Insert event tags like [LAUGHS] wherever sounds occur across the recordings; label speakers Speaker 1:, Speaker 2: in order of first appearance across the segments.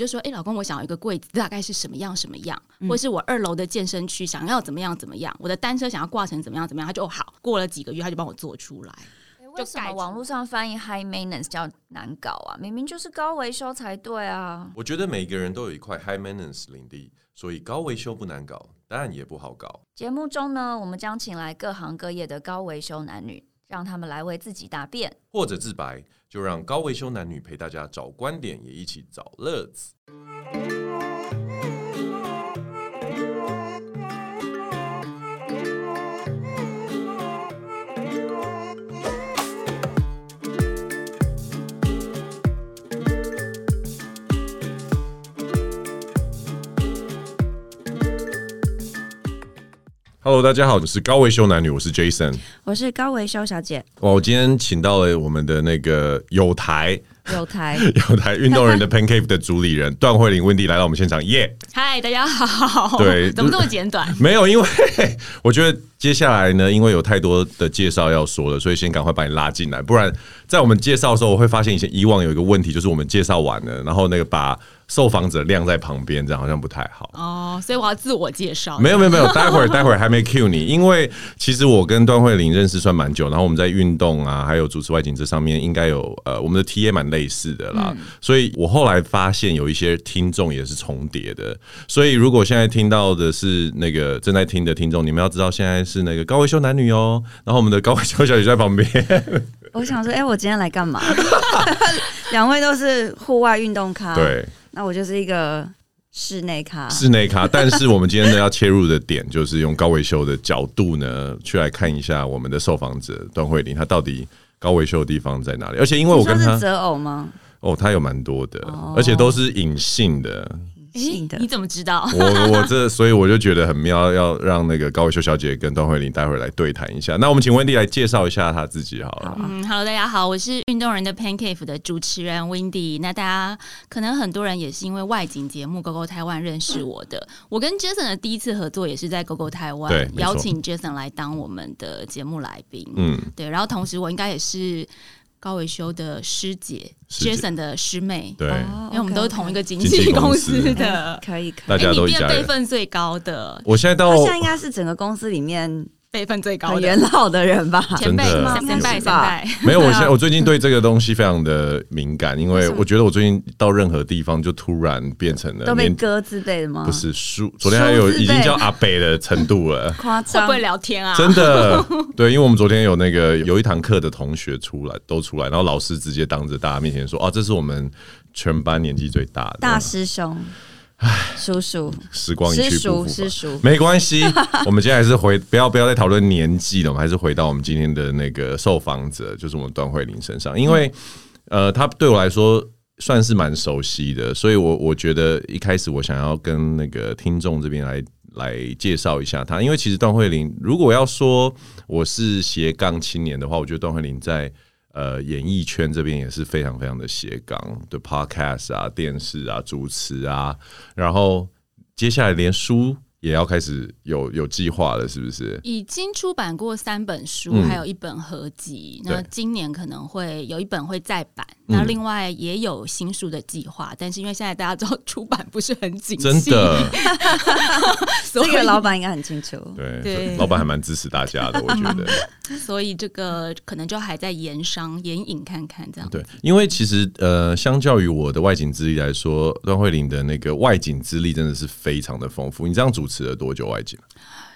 Speaker 1: 就说：“哎、老公，我想要一个柜子，大概是什么样什么样，或是我二楼的健身区想要怎么样怎么样，我的单车想要挂成怎么样怎么样。”他就哦好，过了几个月他就帮我做出来。
Speaker 2: 哎为什么网络上翻译 high maintenance 叫难搞啊？明明就是高维修才对啊！
Speaker 3: 我觉得每个人都有一块 high maintenance 领地，所以高维修不难搞，当然也不好搞。
Speaker 2: 节目中呢，我们将请来各行各业的高维修男女，让他们来为自己答辩。
Speaker 3: 或者自白，就让高维修男女陪大家找观点，也一起找乐子。Hello，大家好，我是高维修男女，我是 Jason。
Speaker 2: 我是高维修小姐，
Speaker 3: 哇，我今天请到了我们的那个有台
Speaker 2: 有台
Speaker 3: 有台运动人的 Pancake 的主理人段慧玲 Wendy 来到我们现场，耶、
Speaker 1: 嗨，大家好。[LAUGHS]
Speaker 3: 对
Speaker 1: 怎么这么简短？
Speaker 3: [LAUGHS] 没有，因为我觉得接下来呢，因为有太多的介绍要说了，所以先赶快把你拉进来，不然在我们介绍的时候，我会发现以前以往有一个问题，就是我们介绍完了，然后那个把受访者晾在旁边，这样好像不太好。
Speaker 1: 哦，所以我要自我介绍。
Speaker 3: 没有没有没有，待会儿待会儿还没 cue 你，因为其实我跟段慧玲认识算蛮久，然后我们在运动啊，还有主持外景这上面应该有呃我们的 T 也蛮类似的啦，所以我后来发现有一些听众也是重叠的，所以如果现在听到的是那个正在听的听众，你们要知道现在是那个高维修男女哦，然后我们的高维修小姐就在旁边，
Speaker 4: 我想说，哎、我今天来干嘛？ [LAUGHS] 两位都是户外运动咖，，
Speaker 3: 对，
Speaker 4: 那我就是一个室内咖。
Speaker 3: [LAUGHS] 室
Speaker 4: [LAUGHS]
Speaker 3: 内咖，但是我们今天呢要切入的点就是用高维修的角度呢，去来看一下我们的受访者段慧玲，她到底高维修的地方在哪里？而且因为我
Speaker 4: 你说
Speaker 3: 跟
Speaker 4: 是
Speaker 3: 她，
Speaker 4: 择偶吗？
Speaker 3: 哦，她有蛮多的，而且都是隐性的。
Speaker 4: 性的
Speaker 1: 你怎么知道？
Speaker 3: 我我这，所以我就觉得很妙，要让那个高维修小姐跟段慧玲待会儿来对谈一下。那我们请温蒂来介绍一下她自己好啊了。
Speaker 1: 嗯，Hello，大家好，我是运动人的 Pancake 的主持人 Windy。那大家可能很多人也是因为外景节目《Go Go 台湾》认识我的。我跟 Jason 的第一次合作也是在《Go Go 台湾
Speaker 3: 对》，没错
Speaker 1: 邀请 Jason 来当我们的节目来宾。
Speaker 3: 嗯，
Speaker 1: 对，然后同时我应该也是高维修的师姐
Speaker 3: 师姐
Speaker 1: Jason 的师妹，
Speaker 3: 对，
Speaker 4: 哦
Speaker 1: 因为我们都是同一个经
Speaker 3: 经纪
Speaker 1: 纪
Speaker 3: 公
Speaker 1: 公
Speaker 3: 司
Speaker 1: 司的。哎
Speaker 4: 可以可以。
Speaker 3: [LAUGHS] 大家
Speaker 1: 诶你
Speaker 3: 都一
Speaker 1: 变
Speaker 3: 家
Speaker 1: 辈
Speaker 3: 人。
Speaker 1: 分最高的，
Speaker 3: 我现在到
Speaker 4: 他现在应该是整个公司里面
Speaker 1: 辈分最高
Speaker 4: 很
Speaker 1: 的
Speaker 4: 元老的人吧？
Speaker 1: 前辈，
Speaker 3: 真的
Speaker 1: 三三代，
Speaker 4: 是
Speaker 1: 三
Speaker 4: 吧
Speaker 1: 代。
Speaker 3: 没有，我现在我最近对这个东西非常的敏感，因为我觉得我最近到任何地方就突然变成了
Speaker 4: 都被
Speaker 3: 年
Speaker 4: 哥字辈的吗？
Speaker 3: 不，是叔，昨天还有
Speaker 4: 叔字辈。
Speaker 3: 已经叫阿北的程度了
Speaker 4: [LAUGHS]
Speaker 1: 会
Speaker 4: 夸
Speaker 1: 不
Speaker 4: 张
Speaker 1: 会。聊天啊？
Speaker 3: 真的，对，因为我们昨天有那个有一堂课的同学出来，都出来，然后老师直接当着大家面前说：“哦，这是我们全班年纪最大的。”
Speaker 4: 大师兄，叔叔，
Speaker 3: 时光一
Speaker 4: 师
Speaker 3: 去不
Speaker 4: 叔，
Speaker 3: 复
Speaker 4: 师
Speaker 3: 返。
Speaker 4: 叔，
Speaker 3: 没关系， [LAUGHS] 我们今天还是回不要不要再讨论年纪了，我们还是回到我们今天的那个受访者，就是我们段慧玲身上，因为、呃，她对我来说算是蛮熟悉的，所以我我觉得一开始我想要跟那个听众这边来来介绍一下她，因为其实段慧玲，如果要说我是斜杠青年的话，我觉得段慧玲在。呃，演艺圈这边也是非常非常的斜杠，对 podcast 啊、电视啊、主持啊，然后接下来连书也要开始有有计划了，是不是？
Speaker 1: 已经出版过三本书，
Speaker 3: 嗯
Speaker 1: 还有一本合集。那
Speaker 3: 对
Speaker 1: 今年可能会有一本会再版，
Speaker 3: 嗯
Speaker 1: 那另外也有新书的计划。但是因为现在大家知道出版不是很景
Speaker 3: 真
Speaker 1: 气，
Speaker 3: 的，
Speaker 1: 所
Speaker 4: 这
Speaker 1: 以
Speaker 4: 个老板应该很清楚。
Speaker 3: 对，
Speaker 1: 对
Speaker 3: 老板还蛮支持大家的，我觉得。
Speaker 1: 所以这个可能就还在研商研引看看这样。
Speaker 3: 对，因为其实呃，相较于我的外景资历来说，段慧玲的那个外景资历真的是非常的丰富。你这样主持了多久外景？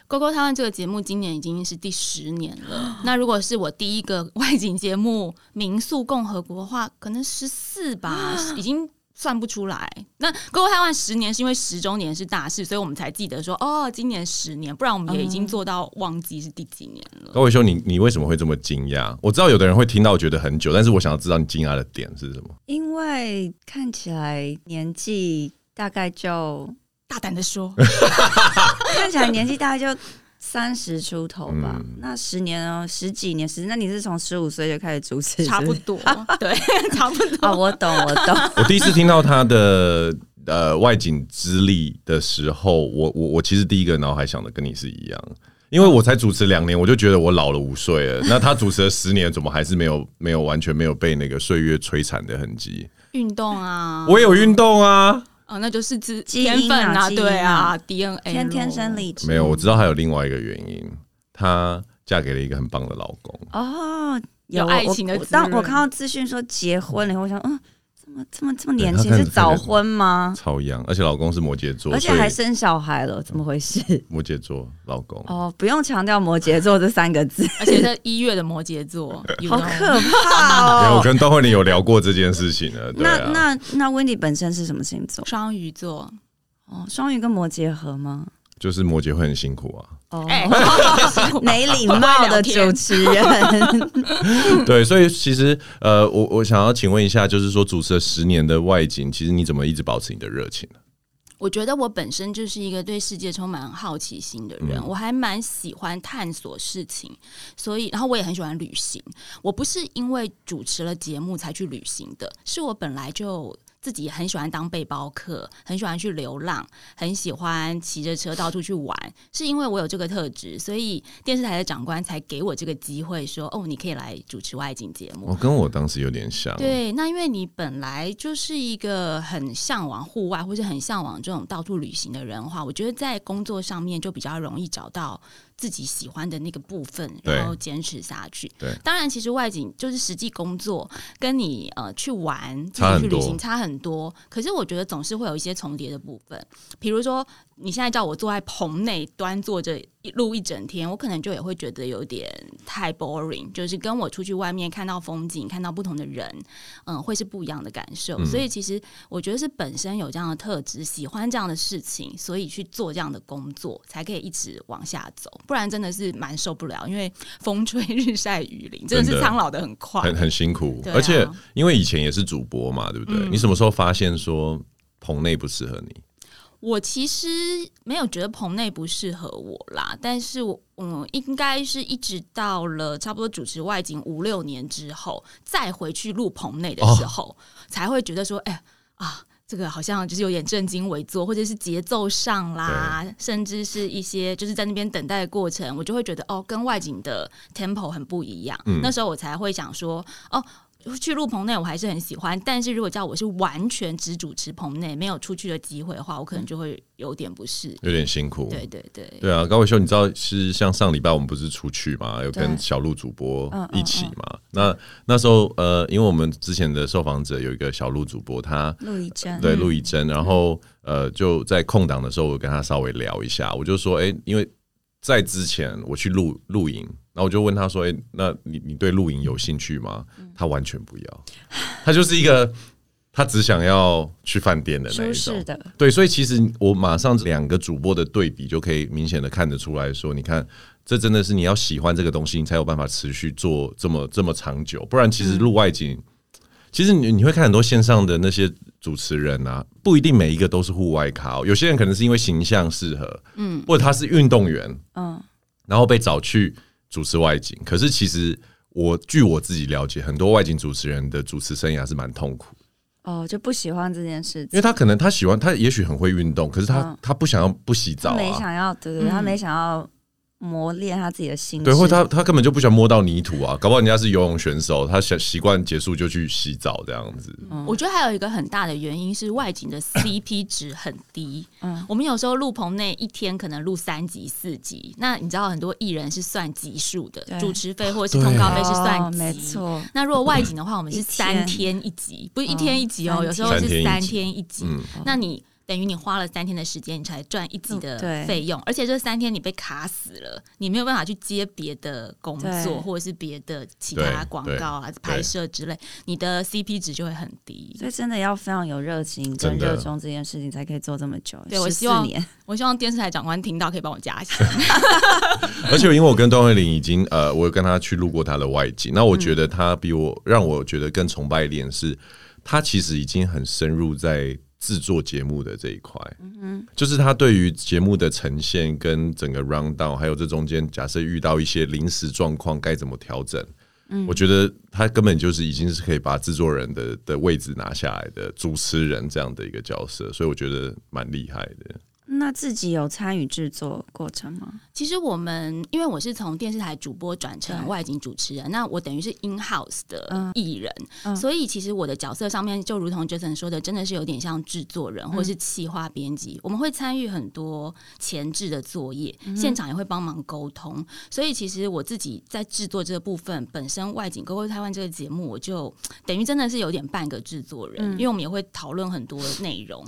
Speaker 1: 《GoGo 台湾》这个节目今年已经是第十年了。
Speaker 4: [GASPS]
Speaker 1: 那如果是我第一个外景节目《民宿共和国》的话，可能十四
Speaker 4: [GASPS]
Speaker 1: 吧，已经算不出来。那《GoGo 台湾》十年是因为十周年是大事，所以我们才记得说哦，今年十年，不然我们也已经做到忘记是第几年了。
Speaker 3: 高伟修，你你为什么会这么惊讶？我知道有的人会听到觉得很久，但是我想要知道你惊讶的点是什么？
Speaker 4: 因为看起来年纪大概就
Speaker 1: 大胆的
Speaker 4: [LAUGHS]
Speaker 1: 说，
Speaker 4: 看起来年纪大概就三十出头吧。
Speaker 3: 嗯
Speaker 4: 那十年哦，十几年十，那你是从十五岁就开始主持，
Speaker 1: 差不
Speaker 4: 是
Speaker 1: 多， [LAUGHS] 对，
Speaker 4: [LAUGHS]
Speaker 1: 差不
Speaker 4: 不是啊？
Speaker 1: 多。
Speaker 4: 我懂，我
Speaker 1: [LAUGHS]
Speaker 4: 懂。
Speaker 3: [LAUGHS] 我第一次听到他的呃外景资历的时候，我我我其实第一个脑海想的跟你是一样，因为我才主持两年，我就觉得我老了五岁
Speaker 4: [LAUGHS]
Speaker 3: 了。那他主持了十年，怎么还是没有没有完全没有被那个岁月摧残的痕迹？
Speaker 4: 嗯
Speaker 1: 运动啊，
Speaker 3: 我有运动啊，
Speaker 1: 哦，那就是自
Speaker 4: 基因啊
Speaker 1: 天分
Speaker 4: 基因啊
Speaker 1: 对啊，DNA
Speaker 4: 天天生
Speaker 1: 咯
Speaker 4: [LAUGHS] 丽质
Speaker 3: 没有，我知道还有另外一个原因，她嫁给了一个很棒的老公。
Speaker 4: 哦，
Speaker 1: 有爱情的
Speaker 4: 我我
Speaker 1: 滋
Speaker 4: 当我
Speaker 1: 润
Speaker 4: 看到资讯说结婚了以后，我想，嗯，这么这么这么
Speaker 3: 对
Speaker 4: 年
Speaker 3: 他
Speaker 4: 轻
Speaker 3: 看
Speaker 4: 是
Speaker 3: 着看
Speaker 4: 早
Speaker 3: 着
Speaker 4: 婚吗？
Speaker 3: 超一样，而且老公是摩羯座，
Speaker 4: 嗯而且
Speaker 3: 所以
Speaker 4: 还生小孩了，怎么回事？
Speaker 3: 摩羯座老公。
Speaker 4: 哦，不用强调摩羯座这三个字，
Speaker 1: 而且在一月的摩羯座，you
Speaker 4: [LAUGHS] 好
Speaker 1: know
Speaker 4: 可怕
Speaker 3: 然后
Speaker 4: 哦。
Speaker 3: 我跟段慧玲有聊过这件事情了，对
Speaker 4: 那
Speaker 3: 啊，
Speaker 4: 那那 Wendy 本身是什么星座？
Speaker 1: 双鱼座，
Speaker 4: 哦，双鱼跟摩羯合吗？
Speaker 3: 就是摩羯会很辛苦啊，
Speaker 4: 哦， [LAUGHS]
Speaker 1: 哎、
Speaker 4: 没礼貌的主持人，
Speaker 3: [LAUGHS] 对，所以其实呃，我我想要请问一下，就是说主持了十年的外景，其实你怎么一直保持你的热情啊呢？
Speaker 1: 我觉得我本身就是一个对世界充满好奇心的人，
Speaker 3: 嗯
Speaker 1: 我还蛮喜欢探索事情，所以然后我也很喜欢旅行。我不是因为主持了节目才去旅行的，是我本来就。自己很喜欢当背包客，很喜欢去流浪，很喜欢骑着车到处去玩，是因为我有这个特质，所以电视台的长官才给我这个机会说，哦，你可以来主持外景节目
Speaker 3: 我、。跟我当时有点像，
Speaker 1: 对，那因为你本来就是一个很向往户外，或是很向往这种到处旅行的人的话，我觉得在工作上面就比较容易找到自己喜欢的那个部分，
Speaker 3: 对
Speaker 1: 然后坚持下去。
Speaker 3: 对
Speaker 1: 当然，其实外景就是实际工作，跟你呃去玩、自
Speaker 3: 差
Speaker 1: 己
Speaker 3: 很
Speaker 1: 去旅
Speaker 3: 多
Speaker 1: 行差很多。可是我觉得总是会有一些重叠的部分，比如说你现在叫我坐在棚内端坐着一录一整天，我可能就也会觉得有点太 boring，就是跟我出去外面看到风景、看到不同的人，嗯、会是不一样的感受。
Speaker 3: 嗯
Speaker 1: 所以其实我觉得是本身有这样的特质，喜欢这样的事情，所以去做这样的工作，才可以一直往下走。不然真的是蛮受不了，因为风吹日晒雨淋，真的
Speaker 3: 真
Speaker 1: 是
Speaker 3: 的
Speaker 1: 苍老的很快。
Speaker 3: 很很辛苦，
Speaker 1: 对啊
Speaker 3: 而且因为以前也是主播嘛，对不对？
Speaker 1: 嗯
Speaker 3: 你什么时候发现说棚内不适合你？
Speaker 1: 我其实没有觉得棚内不适合我啦，但是我嗯，应该是一直到了差不多主持外景五六年之后，再回去录棚内的时候，才会觉得说，哎、啊。这个好像就是有点正襟危坐，或者是节奏上啦，甚至是一些就是在那边等待的过程，我就会觉得哦，跟外景的 tempo 很不一样。
Speaker 3: 嗯
Speaker 1: 那时候我才会想说，哦，去录棚内我还是很喜欢，但是如果叫我是完全只主持棚内，没有出去的机会的话，我可能就会有点不适。
Speaker 3: 有点辛苦，
Speaker 1: 对对对，
Speaker 3: 嗯对啊，高伟修，你知道是像上礼拜我们不是出去嘛，有
Speaker 4: 对
Speaker 3: 跟小鹿主播
Speaker 4: 嗯嗯
Speaker 3: 一起嘛？那那时候呃，因为我们之前的受访者有一个小鹿主播，他
Speaker 4: [LAUGHS] 陆一真，
Speaker 3: 对陆以真，然后呃就在空档的时候，我跟他稍微聊一下，我就说，哎、因为在之前我去露露营，然后我就问他说，哎、那你你对露营有兴趣吗？
Speaker 4: 嗯
Speaker 3: 他完全不要，他就是一个他只想要去饭店的那
Speaker 4: 舒
Speaker 3: 一种
Speaker 4: 适。的，
Speaker 3: 对，所以其实我马上两个主播的对比就可以明显的看得出来说，你看，这真的是你要喜欢这个东西，你才有办法持续做这么这么长久。不然，其实录外景，其实你你会看很多线上的那些主持人啊，不一定每一个都是户外咖、哦，有些人可能是因为形象适合，嗯，或者他是运动员，
Speaker 4: 嗯，
Speaker 3: 然后被找去主持外景。可是其实我据我自己了解，很多外景主持人的主持生涯是蛮痛苦的。
Speaker 4: 哦，就不喜欢这件事
Speaker 3: 因
Speaker 4: 情，
Speaker 3: 为他可能他喜欢，他也许很会运动，可是他、
Speaker 4: 嗯
Speaker 3: 他不想要不洗澡
Speaker 4: 他没
Speaker 3: 啊，
Speaker 4: 想要，对对，
Speaker 1: 嗯
Speaker 4: 对他没想要磨练他自己的心智，
Speaker 3: 对，或他他根本就不想摸到泥土啊，搞不好人家是游泳选手，他习习惯结束就去洗澡这样子。
Speaker 4: 嗯
Speaker 1: 我觉得还有一个很大的原因是外景的 CP 值很低。
Speaker 4: 嗯
Speaker 1: 我们有时候录棚内一天可能录三集四集，那你知道很多艺人是算集数的
Speaker 4: 对，
Speaker 1: 主持费或是
Speaker 3: 对
Speaker 1: 通告费是
Speaker 4: 哦，
Speaker 1: 算集。
Speaker 4: 没错，
Speaker 1: 那如果外景的话，我们
Speaker 4: 一
Speaker 1: 是
Speaker 4: 天
Speaker 1: 三天一集，不是一
Speaker 4: 嗯
Speaker 1: 天一集哦，
Speaker 4: 三
Speaker 1: 有时候
Speaker 3: 天
Speaker 1: 是
Speaker 3: 三
Speaker 1: 三
Speaker 3: 天
Speaker 1: 天一集。
Speaker 3: 嗯，
Speaker 4: 哦
Speaker 1: 那你等于你花了三天的时间，你才赚一集的
Speaker 4: 嗯对
Speaker 1: 费用，而且这三天你被卡死了，你没有办法去接别的工
Speaker 4: 对
Speaker 1: 作或者是别的其
Speaker 3: 对
Speaker 1: 他广
Speaker 3: 对
Speaker 1: 告啊、拍摄之类，你的 CP 值就会很低。
Speaker 4: 所以真的要非常有热情跟
Speaker 3: 真的
Speaker 4: 热衷这件事情，才可以做这么久。
Speaker 1: 对我
Speaker 4: 14
Speaker 1: 希望
Speaker 4: 年
Speaker 1: 我希望电视台长官听到可以帮我加薪。
Speaker 3: 而且因为我跟段慧玲已经呃，我有跟她去录过她的外景，那我觉得她比我让我觉得更崇拜一点是，她其实已经很深入在制作节目的这一块，就是她对于节目的呈现跟整个 round down，还有这中间假设遇到一些临时状况该怎么调整。我觉得她根本就是已经是可以把制作人的的位置拿下来的主持人这样的一个角色，所以我觉得蛮厉害的。
Speaker 4: 那自己有参与制作过程吗？
Speaker 1: 其实我们因为我是从电视台主播转成
Speaker 4: 对
Speaker 1: 外景主持人，那我等于是 in house 的
Speaker 4: 嗯
Speaker 1: 艺人，
Speaker 4: 嗯
Speaker 1: 所以其实我的角色上面就如同 Jason 说的，真的是有点像制作人
Speaker 4: 嗯
Speaker 1: 或是企划编辑，我们会参与很多前置的作业，
Speaker 4: 嗯
Speaker 1: 现场也会帮忙沟通。所以其实我自己在制作这个部分，本身外景《g o 台湾》这个节目，我就等于真的是有点半个制作人，
Speaker 4: 嗯
Speaker 1: 因为我们也会讨论很多内容。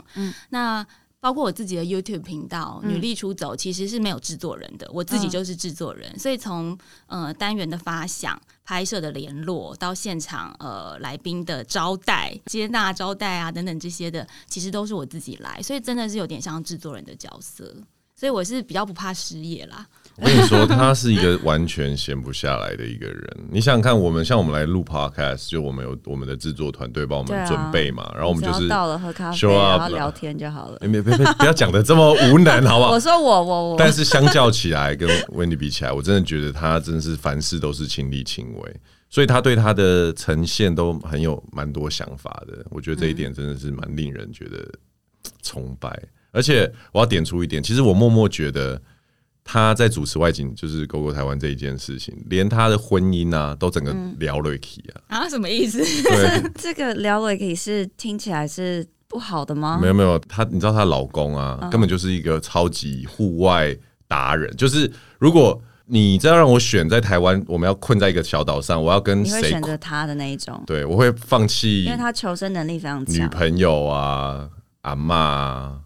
Speaker 1: 那包括我自己的 YouTube 频道“
Speaker 4: 嗯
Speaker 1: 女力出走”，其实是没有制作人的，我自己就是制作人。所以从呃单元的发想、拍摄的联络，到现场呃来宾的招待、接纳招待啊等等这些的，其实都是我自己来，所以真的是有点像制作人的角色。所以我是比较不怕失业啦。
Speaker 3: 我跟你说，他是一个完全闲不下来的一个人。你想想看，我们像我们来录 podcast，就我们有我们的制作团队帮我
Speaker 4: 对
Speaker 3: 们
Speaker 4: 啊
Speaker 3: 准备嘛，然后我们就
Speaker 4: 只要
Speaker 3: 是
Speaker 4: 到了喝咖啡，
Speaker 3: show up
Speaker 4: 然后聊天就好了。
Speaker 3: 哎，别别别，不要讲的这么无能，好不好
Speaker 4: 我？说我我我，
Speaker 3: 哦但是相较起来，跟 Wendy 比起来，我真的觉得他真是凡事都是亲力亲为，所以他对他的呈现都很有蛮多想法的。我觉得这一点真的是蛮令人觉得崇拜。而且我要点出一点，其实我默默觉得他在主持外景，就是《狗狗台湾》这一件事情，连他的婚姻啊，都整个聊了起
Speaker 1: [LAUGHS]
Speaker 3: 啊。
Speaker 1: 啊，什么意思？
Speaker 3: 对，
Speaker 4: 这个聊尾可以是听起来是不好的吗？
Speaker 3: 没有没有，她你知道她老公啊，
Speaker 4: 嗯
Speaker 3: 根本就是一个超级户外达人。就是如果你再让我选在台湾，我们要困在一个小岛上，我要跟
Speaker 4: 你会
Speaker 3: 谁
Speaker 4: 选
Speaker 3: 困？
Speaker 4: 择他的那一种，
Speaker 3: 对，我会放弃
Speaker 4: 因为他求生能力非常 [LAUGHS]
Speaker 3: 女
Speaker 4: 强，
Speaker 3: 朋友啊、阿嬷啊，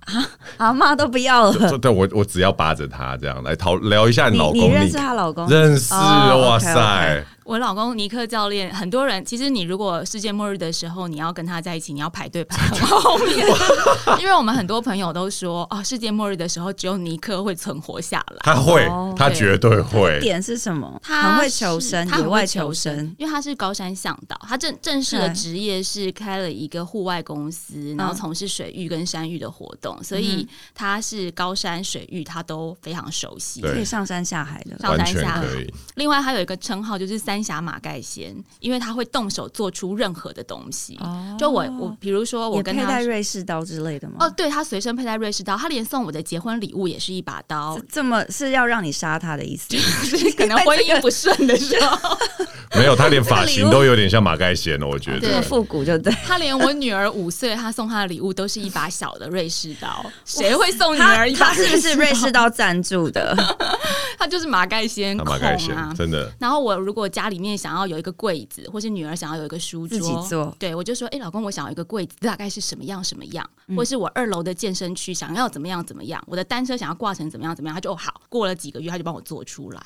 Speaker 4: 阿妈都不要了。
Speaker 3: 就对我我只要扒着她这样来讨聊一下
Speaker 4: 你
Speaker 3: 老公
Speaker 4: 你
Speaker 3: 你，
Speaker 4: 认识她老公？
Speaker 3: 认识
Speaker 4: 哦
Speaker 3: 哇
Speaker 4: OK，OK
Speaker 3: 塞，
Speaker 1: 我老公尼克教练，很多人其实你如果世界末日的时候，你要跟他在一起，你要排队排很后面， [LAUGHS] 因为我们很多朋友都说，哦，世界末日的时候只有尼克会存活下
Speaker 4: [LAUGHS]
Speaker 1: 来。
Speaker 3: 她会
Speaker 4: 哦，
Speaker 3: 她绝对会。
Speaker 4: 点是什么？
Speaker 1: 他
Speaker 4: 很会
Speaker 1: 是
Speaker 4: 求生，
Speaker 1: 他很
Speaker 4: 野
Speaker 1: 会
Speaker 4: 外
Speaker 1: 求
Speaker 4: 求生。
Speaker 1: 因为他是高山向导，他正正式的职业是开了一个户外公司，然后从事水域跟山域的活动，所以他是高山水域他都非常熟悉。
Speaker 3: 对
Speaker 4: 可以上山下海的。
Speaker 1: 上
Speaker 3: 完
Speaker 1: 山
Speaker 3: 全
Speaker 4: 啊
Speaker 1: 下海
Speaker 3: 可以，
Speaker 1: 另外，他有一个称号就是三峡马盖先，因为他会动手做出任何的东西。
Speaker 4: 哦
Speaker 1: 就我我比如说我
Speaker 4: 也
Speaker 1: 跟
Speaker 4: 佩
Speaker 1: 他
Speaker 4: 戴瑞士刀之类的吗？
Speaker 1: 哦，对他随身佩戴瑞士刀，他连送我的结婚礼物也是一把刀
Speaker 4: [LAUGHS] 这，这么是要让你杀他的意思？
Speaker 1: 就是可能婚姻不顺的时候，
Speaker 4: [LAUGHS]
Speaker 3: 没有，她连
Speaker 4: 个 [LAUGHS]
Speaker 3: 发
Speaker 4: 礼
Speaker 3: 型
Speaker 4: 物
Speaker 3: 都有点像马盖先了，我觉
Speaker 4: 这
Speaker 1: 对
Speaker 4: 么
Speaker 3: 得。
Speaker 4: 复古就对。
Speaker 1: 他连我女儿五岁，他送她的礼物都是一把小的瑞士
Speaker 4: [LAUGHS]
Speaker 1: 刀，谁会送 [LAUGHS] 女
Speaker 4: 他
Speaker 1: 儿一把
Speaker 4: 他是不是瑞士
Speaker 1: 刀？
Speaker 4: 刀赞助
Speaker 1: [LAUGHS]
Speaker 4: 的？
Speaker 1: 他就是马盖先
Speaker 3: 那
Speaker 1: 控
Speaker 3: 马盖先
Speaker 1: 啊。
Speaker 3: 真的，
Speaker 1: 然后我如果家里面想要有一个柜子，或是女儿想要有一个书桌，
Speaker 4: 自己做
Speaker 1: 对我就说，哎、老公，我想要一个柜子，大概是什么样什么样，
Speaker 4: 嗯
Speaker 1: 或是我二楼的健身区想要怎么样怎么样，我的单车想要挂成怎么样怎么样，他就、哦、好，过了几个月他就帮我做出来，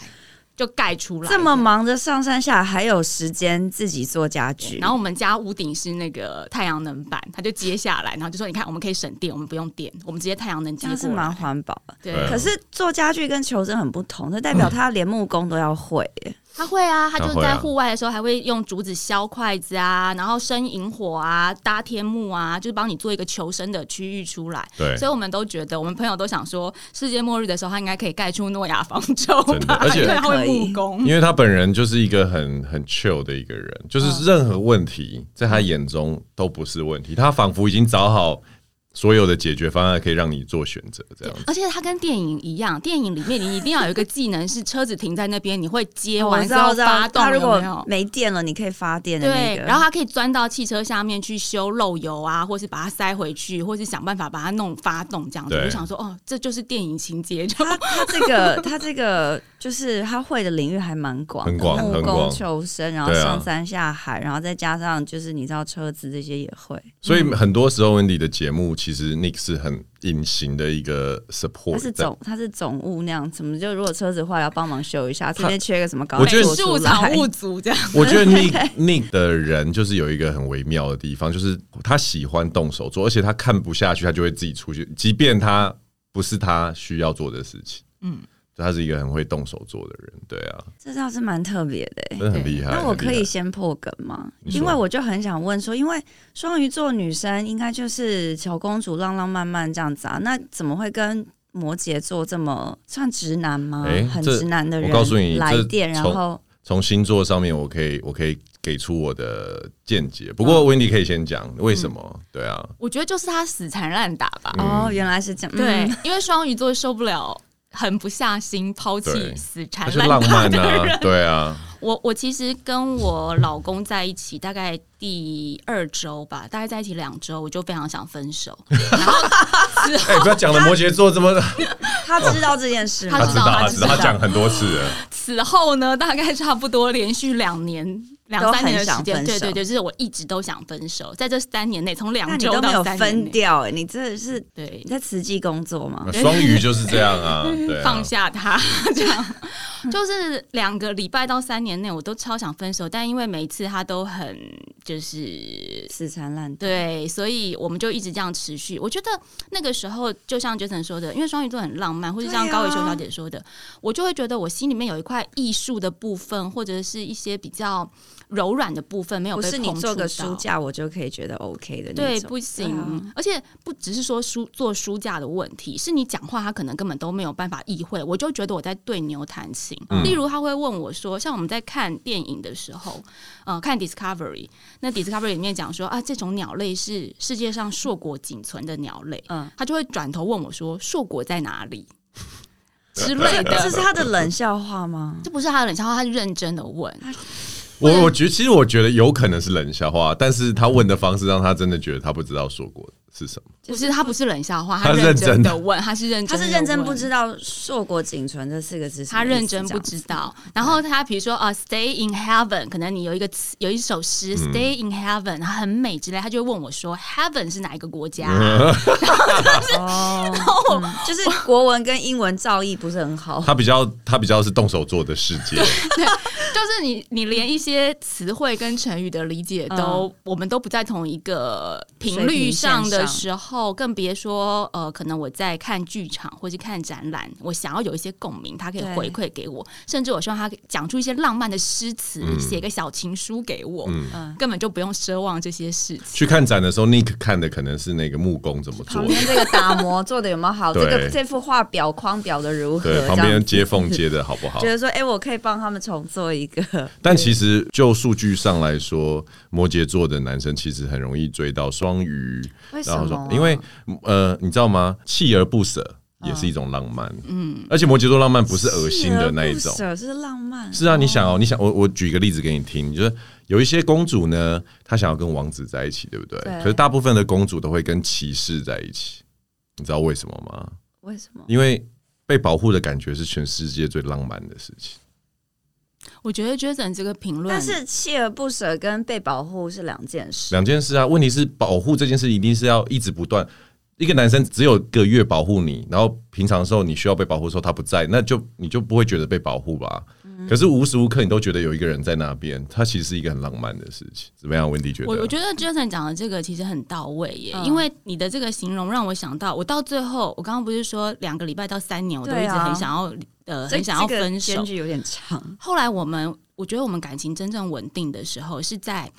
Speaker 1: 就盖出来，
Speaker 4: 这么。忙着上山下海，还有时间自己做家具？
Speaker 1: 然后我们家屋顶是那个太阳能板，他就接下来，然后就说：“你看，我们可以省电，我们不用电，我们直接太阳能
Speaker 4: 这
Speaker 1: 接
Speaker 4: 样是
Speaker 1: 过
Speaker 4: 蛮
Speaker 1: 来。
Speaker 4: 环保的。”
Speaker 1: 对，
Speaker 3: 对
Speaker 4: 可是做家具跟求生很不同，这代
Speaker 3: 嗯
Speaker 4: 表他连木工都要会耶。
Speaker 1: 他会啊，他就是
Speaker 3: 会啊
Speaker 1: 在户外的时候还会用竹子削筷子啊，然后生引火啊，搭天幕啊，就是帮你做一个求生的区域出来。
Speaker 3: 对
Speaker 1: 所以我们都觉得，我们朋友都想说，世界末日的时候，他应该可以盖出诺亚方舟
Speaker 3: 真
Speaker 1: [LAUGHS]
Speaker 3: 的
Speaker 1: 吧？
Speaker 3: 而且
Speaker 1: 因为他会
Speaker 4: 可以
Speaker 1: 木工。
Speaker 3: 因为他本人就是一个很很 chill 的一个人，
Speaker 4: 嗯
Speaker 3: 就是任何问题在他眼中都不是问题，他仿佛已经找好所有的解决方案，可以让你做选择这样子。
Speaker 1: 而且他跟电影一样，电影里面你一定要有一个技能，是车子停在那边，你会接
Speaker 4: 哦
Speaker 1: 哦
Speaker 4: 我
Speaker 1: 完
Speaker 4: 知
Speaker 1: 之
Speaker 4: 道，
Speaker 1: 后
Speaker 4: 我知道
Speaker 1: 发。动，
Speaker 4: 他
Speaker 1: 有
Speaker 4: 如
Speaker 1: 没有
Speaker 4: 果没电了，你可以发电的那
Speaker 1: 对，
Speaker 4: 个。
Speaker 1: 然后他可以钻到汽车下面去修漏油啊，或是把它塞回去，或是想办法把它弄发动这样子。
Speaker 3: 对
Speaker 1: 我就想说，哦，这就是电影情节，就
Speaker 4: 他他这个
Speaker 1: [LAUGHS]
Speaker 4: 他这个就是他会的领域还蛮广的，
Speaker 3: 很广
Speaker 4: 木
Speaker 3: 很
Speaker 4: 工、
Speaker 3: 广
Speaker 4: 求生，然后
Speaker 3: 对啊
Speaker 4: 上山下海，然后再加上就是你知道车子这些也会，
Speaker 3: 所以很多时候 Wendy 的节目其实 Nick 是很隐形的一个
Speaker 4: 他
Speaker 3: support，
Speaker 4: 是
Speaker 3: 在
Speaker 4: 总他是总务那样，怎么就如果车子坏了要帮忙修一下，这边缺个什么高
Speaker 3: 我
Speaker 1: 美
Speaker 3: 觉得
Speaker 4: 做
Speaker 1: 术
Speaker 4: 出
Speaker 1: 藏
Speaker 4: 来。
Speaker 1: 物组这样。
Speaker 4: [LAUGHS]
Speaker 3: 我觉得 Nick Nick 的人就是有一个很微妙的地方，就是他喜欢动手做，而且他看不下去，他就会自己出去，即便他不是他需要做的事情。嗯
Speaker 1: 嗯，
Speaker 3: 他是一个很会动手做的人，对啊，
Speaker 4: 这倒是蛮特别的欸、
Speaker 3: 真的很厉害。
Speaker 4: 那我
Speaker 3: 啊很厉
Speaker 4: 可以
Speaker 3: 害
Speaker 4: 先破梗吗？
Speaker 3: 你说
Speaker 4: 因为我就很想问说，因为双鱼座女生应该就是小公主浪浪漫漫这样子啊，那怎么会跟摩羯座这么算直男吗？
Speaker 3: 哎
Speaker 4: 很
Speaker 3: 这
Speaker 4: 直男的人，
Speaker 3: 我告诉你
Speaker 4: 来
Speaker 3: 这
Speaker 4: 电然
Speaker 3: 从
Speaker 4: 后
Speaker 3: 从星座上面，我可以我可以给出我的见解。不过温迪可以先讲为什么？对啊，
Speaker 1: [LAUGHS] 我觉得就是他死缠烂打吧。
Speaker 3: 嗯
Speaker 4: 哦，原来是这样。
Speaker 1: 对
Speaker 4: 嗯，
Speaker 1: 因为双鱼座受不了狠不下心、抛
Speaker 3: 对
Speaker 1: 弃、死
Speaker 3: 他
Speaker 1: 缠
Speaker 3: 是
Speaker 1: 烂
Speaker 3: 浪
Speaker 1: 打
Speaker 3: 漫
Speaker 1: 啊的人。 [LAUGHS]
Speaker 3: 啊，对啊，
Speaker 1: 我我其实跟我老公在一起大概第二周吧，大概在一起两周，我就非常想分手。 [LAUGHS]
Speaker 3: 哎、不要讲了，摩羯座这么
Speaker 4: 他知道这件事吗
Speaker 1: 他
Speaker 3: 知
Speaker 1: 知道
Speaker 3: 道， [LAUGHS] 他
Speaker 1: 他
Speaker 3: 知
Speaker 1: 知
Speaker 3: 道，
Speaker 1: 道
Speaker 3: 他讲很多次了，
Speaker 1: [LAUGHS] 此后呢，大概差不多连续两年、两三年的时
Speaker 4: 都
Speaker 1: 间，
Speaker 4: 很想分手
Speaker 1: 对对对，就是我一直都想分手，在这三年内，从
Speaker 4: 那
Speaker 1: 两
Speaker 4: 你
Speaker 1: 周
Speaker 4: 都没有
Speaker 1: 到三年
Speaker 4: 分
Speaker 1: 内，
Speaker 4: 掉哎、你真的是
Speaker 1: 对
Speaker 4: 你，在慈济工作吗？
Speaker 3: 双鱼就是这样啊，对啊，
Speaker 1: [LAUGHS] 放下他，这样就是两个礼拜到三年内，我都超想分手，但因为每一次他都很就是
Speaker 4: 死缠烂打，
Speaker 1: 对，所以我们就一直这样持续。我觉得那个时候，就像 Jason 说的，因为双鱼座很浪漫，或者像
Speaker 4: 对啊
Speaker 1: 高伟修小姐说的，我就会觉得我心里面有一块艺术的部分，或者是一些比较柔软的部分没有
Speaker 4: 不
Speaker 1: 被
Speaker 4: 是你
Speaker 1: 碰
Speaker 4: 做
Speaker 1: 触
Speaker 4: 个
Speaker 1: 到
Speaker 4: 书架我就可以觉得 OK 的那
Speaker 1: 对，
Speaker 4: 种。
Speaker 1: 不行，
Speaker 4: 对啊
Speaker 1: 而且不只是说书做书架的问题，是你讲话他可能根本都没有办法意会，我就觉得我在对牛弹琴。
Speaker 3: 嗯
Speaker 1: 例如他会问我说，像我们在看电影的时候，呃，看 Discovery，那 Discovery 里面讲说啊，这种鸟类是世界上硕果仅存的鸟类，
Speaker 4: 嗯
Speaker 1: 他就会转头问我说，硕果在哪里之类
Speaker 4: 这
Speaker 3: 啊
Speaker 1: 的。
Speaker 4: 是他的冷笑话吗？
Speaker 1: 这不是他的冷笑话，他是认真的问。
Speaker 3: 我我觉得其实我觉得有可能是冷笑话，但是他问的方式让他真的觉得他不知道说过是什么。
Speaker 1: 不是，他不是冷笑话，
Speaker 3: 他认
Speaker 1: 认
Speaker 3: 真
Speaker 1: 真
Speaker 3: 的
Speaker 1: 的问，他是认
Speaker 4: 他
Speaker 1: 真地
Speaker 4: 是
Speaker 1: 问，
Speaker 4: 认真不知道“硕果仅存”这四个字是什么
Speaker 1: 他
Speaker 4: 意思，
Speaker 1: 认真不知道。然后他比如说啊、s t a y in heaven，可能你有一个词，有一首诗、s
Speaker 4: 嗯
Speaker 1: t a y in heaven 很美之类，他就会问我说，heaven 是哪一个国家、
Speaker 4: [LAUGHS] 这样子哦，
Speaker 1: [LAUGHS]
Speaker 4: 嗯就是国文跟英文造诣不是很好。
Speaker 3: 他比较他比较是动手做的世界，
Speaker 1: 就是你你连一些词汇跟成语的理解都，我们都不在同一个频率上的时候，更别说呃，可能我在看剧场或是看展览，我想要有一些共鸣，他可以
Speaker 4: 对
Speaker 1: 回馈给
Speaker 4: 嗯
Speaker 1: 我，甚至我希望他讲出一些浪漫的诗词，写个小情书给我，
Speaker 4: 嗯
Speaker 1: 根本就不用奢望这些事情。
Speaker 3: 去看展的时候，Nick 看的可能是那个木工怎么做
Speaker 4: 旁，边这个打
Speaker 3: [LAUGHS]
Speaker 4: 磨做的有没有好？这
Speaker 3: 对
Speaker 4: 个这幅画表框表的如何？
Speaker 3: 对，旁
Speaker 4: 这样
Speaker 3: 边
Speaker 4: 子
Speaker 3: 接
Speaker 4: [LAUGHS]
Speaker 3: 缝接的好不好
Speaker 4: 觉？得说，哎、我可以帮他们重做一
Speaker 1: [LAUGHS]
Speaker 4: 个。
Speaker 3: 但其实就数据上来说，摩羯座的男生其实很容易追到双鱼，
Speaker 4: 为什
Speaker 3: 然后
Speaker 4: 么
Speaker 3: 说
Speaker 4: 啊？，
Speaker 3: 因为呃，你知道吗？锲而不舍也是一种浪漫，嗯，而且摩羯座浪漫不是恶心的那一种
Speaker 4: 锲，啊而不舍是浪漫。
Speaker 3: 是啊，你想哦，你想我我举一个例子给你听，就是有一些公主呢，她想要跟王子在一起，对不对？
Speaker 4: 对
Speaker 3: 可是大部分的公主都会跟骑士在一起，你知道为什么吗？
Speaker 4: 为什么？
Speaker 3: 因为被保护的感觉是全世界最浪漫的事情。
Speaker 1: 我觉得 Jason 这个评论，
Speaker 4: 但是锲而不舍跟被保护是两件事。
Speaker 3: 两件事啊，问题是保护这件事一定是要一直不断。一个男生只有一个月保护你，然后平常的时候你需要被保护的时候他不在，那就你就不会觉得被保护吧？可是无时无刻你都觉得有一个人在那边，他其实是一个很浪漫的事情。怎么样，温迪觉得？啊
Speaker 1: 我我觉得 Jason 讲的这个其实很到位耶，
Speaker 4: 嗯
Speaker 1: 因为你的这个形容让我想到，我到最后，我刚刚不是说两个礼拜到三年，我都一
Speaker 4: 对
Speaker 1: 直
Speaker 4: 啊
Speaker 1: 很想要、呃
Speaker 4: 这
Speaker 1: 很想要
Speaker 4: 这个
Speaker 1: 分手
Speaker 4: 间。距有点长。
Speaker 1: 后来我们，我觉得我们感情真正稳定的时候是在。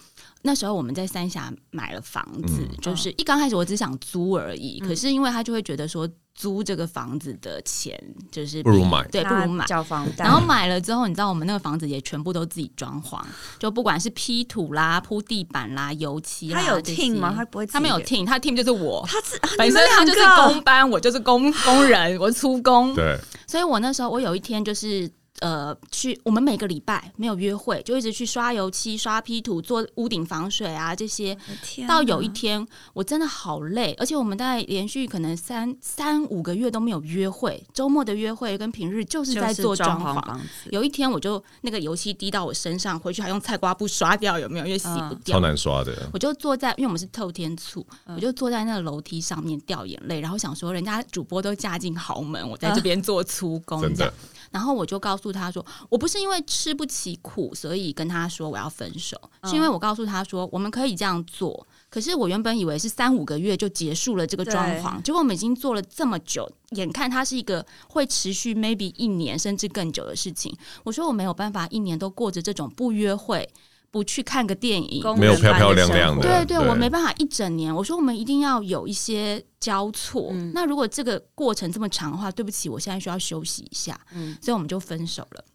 Speaker 1: 那时候我们在三峡买了房子，
Speaker 3: 嗯
Speaker 1: 就是一刚开始我只想租而已，
Speaker 4: 嗯
Speaker 1: 可是因为他就会觉得说租这个房子的钱就是
Speaker 3: 不如
Speaker 1: 比
Speaker 3: 买
Speaker 1: 对，不如买，
Speaker 4: 交房贷。
Speaker 1: 然后买了之后，你知道我们那个房子也全部都自己装潢，就不管是 P 土啦、铺地板啦、油漆啦
Speaker 4: 他
Speaker 1: 这些。
Speaker 4: 有 team 吗？他不会，
Speaker 1: 他没有，听，他听就是我。
Speaker 4: 他是啊
Speaker 1: 本身他
Speaker 4: 你
Speaker 1: 就
Speaker 4: 们
Speaker 1: 是
Speaker 4: 两个
Speaker 1: 工班，我就是工工人，我是出
Speaker 4: [LAUGHS]
Speaker 1: 工。
Speaker 3: 对，
Speaker 1: 所以我那时候我有一天就是呃去，我们每个礼拜没有约会，就一直去刷油漆、刷 P 土、做屋顶防水啊这些。
Speaker 4: 天哪
Speaker 1: 到有一天，我真的好累，而且我们大概连续可能三三五个月都没有约会，周末的约会跟平日就是
Speaker 4: 就
Speaker 1: 在
Speaker 4: 是
Speaker 1: 做
Speaker 4: 装
Speaker 1: 装潢。
Speaker 4: 房子，
Speaker 1: 有一天我就那个油漆滴到我身上，回去还用菜瓜布刷掉，有没有？因为洗不掉。
Speaker 3: 超难刷的。
Speaker 1: 我就坐在，因为我们是透天厝，我就坐在那个楼梯上面掉眼泪，然后想说，人家主播都嫁进豪门，我在这边做粗工
Speaker 3: 真
Speaker 1: 这
Speaker 3: 的
Speaker 1: 样。然后我就告诉他说，我不是因为吃不起苦，所以跟他说我要分手，是因为我告诉他说，我们可以这样做。可是我原本以为是三五个月就结束了这个装潢，结果我们已经做了这么久，眼看它是一个会持续 maybe 一年甚至更久的事情。我说我没有办法一年都过着这种不约会、不去看个电影、
Speaker 4: 工
Speaker 3: 没有
Speaker 4: 人般
Speaker 3: 漂漂亮
Speaker 4: 生活
Speaker 3: 亮的
Speaker 1: 对对，
Speaker 3: 对
Speaker 1: 我没办法一整年。我说我们一定要有一些交错。
Speaker 4: 嗯
Speaker 1: 那如果这个过程这么长的话，对不起，我现在需要休息一下。
Speaker 4: 嗯
Speaker 1: 所以我们就分手了。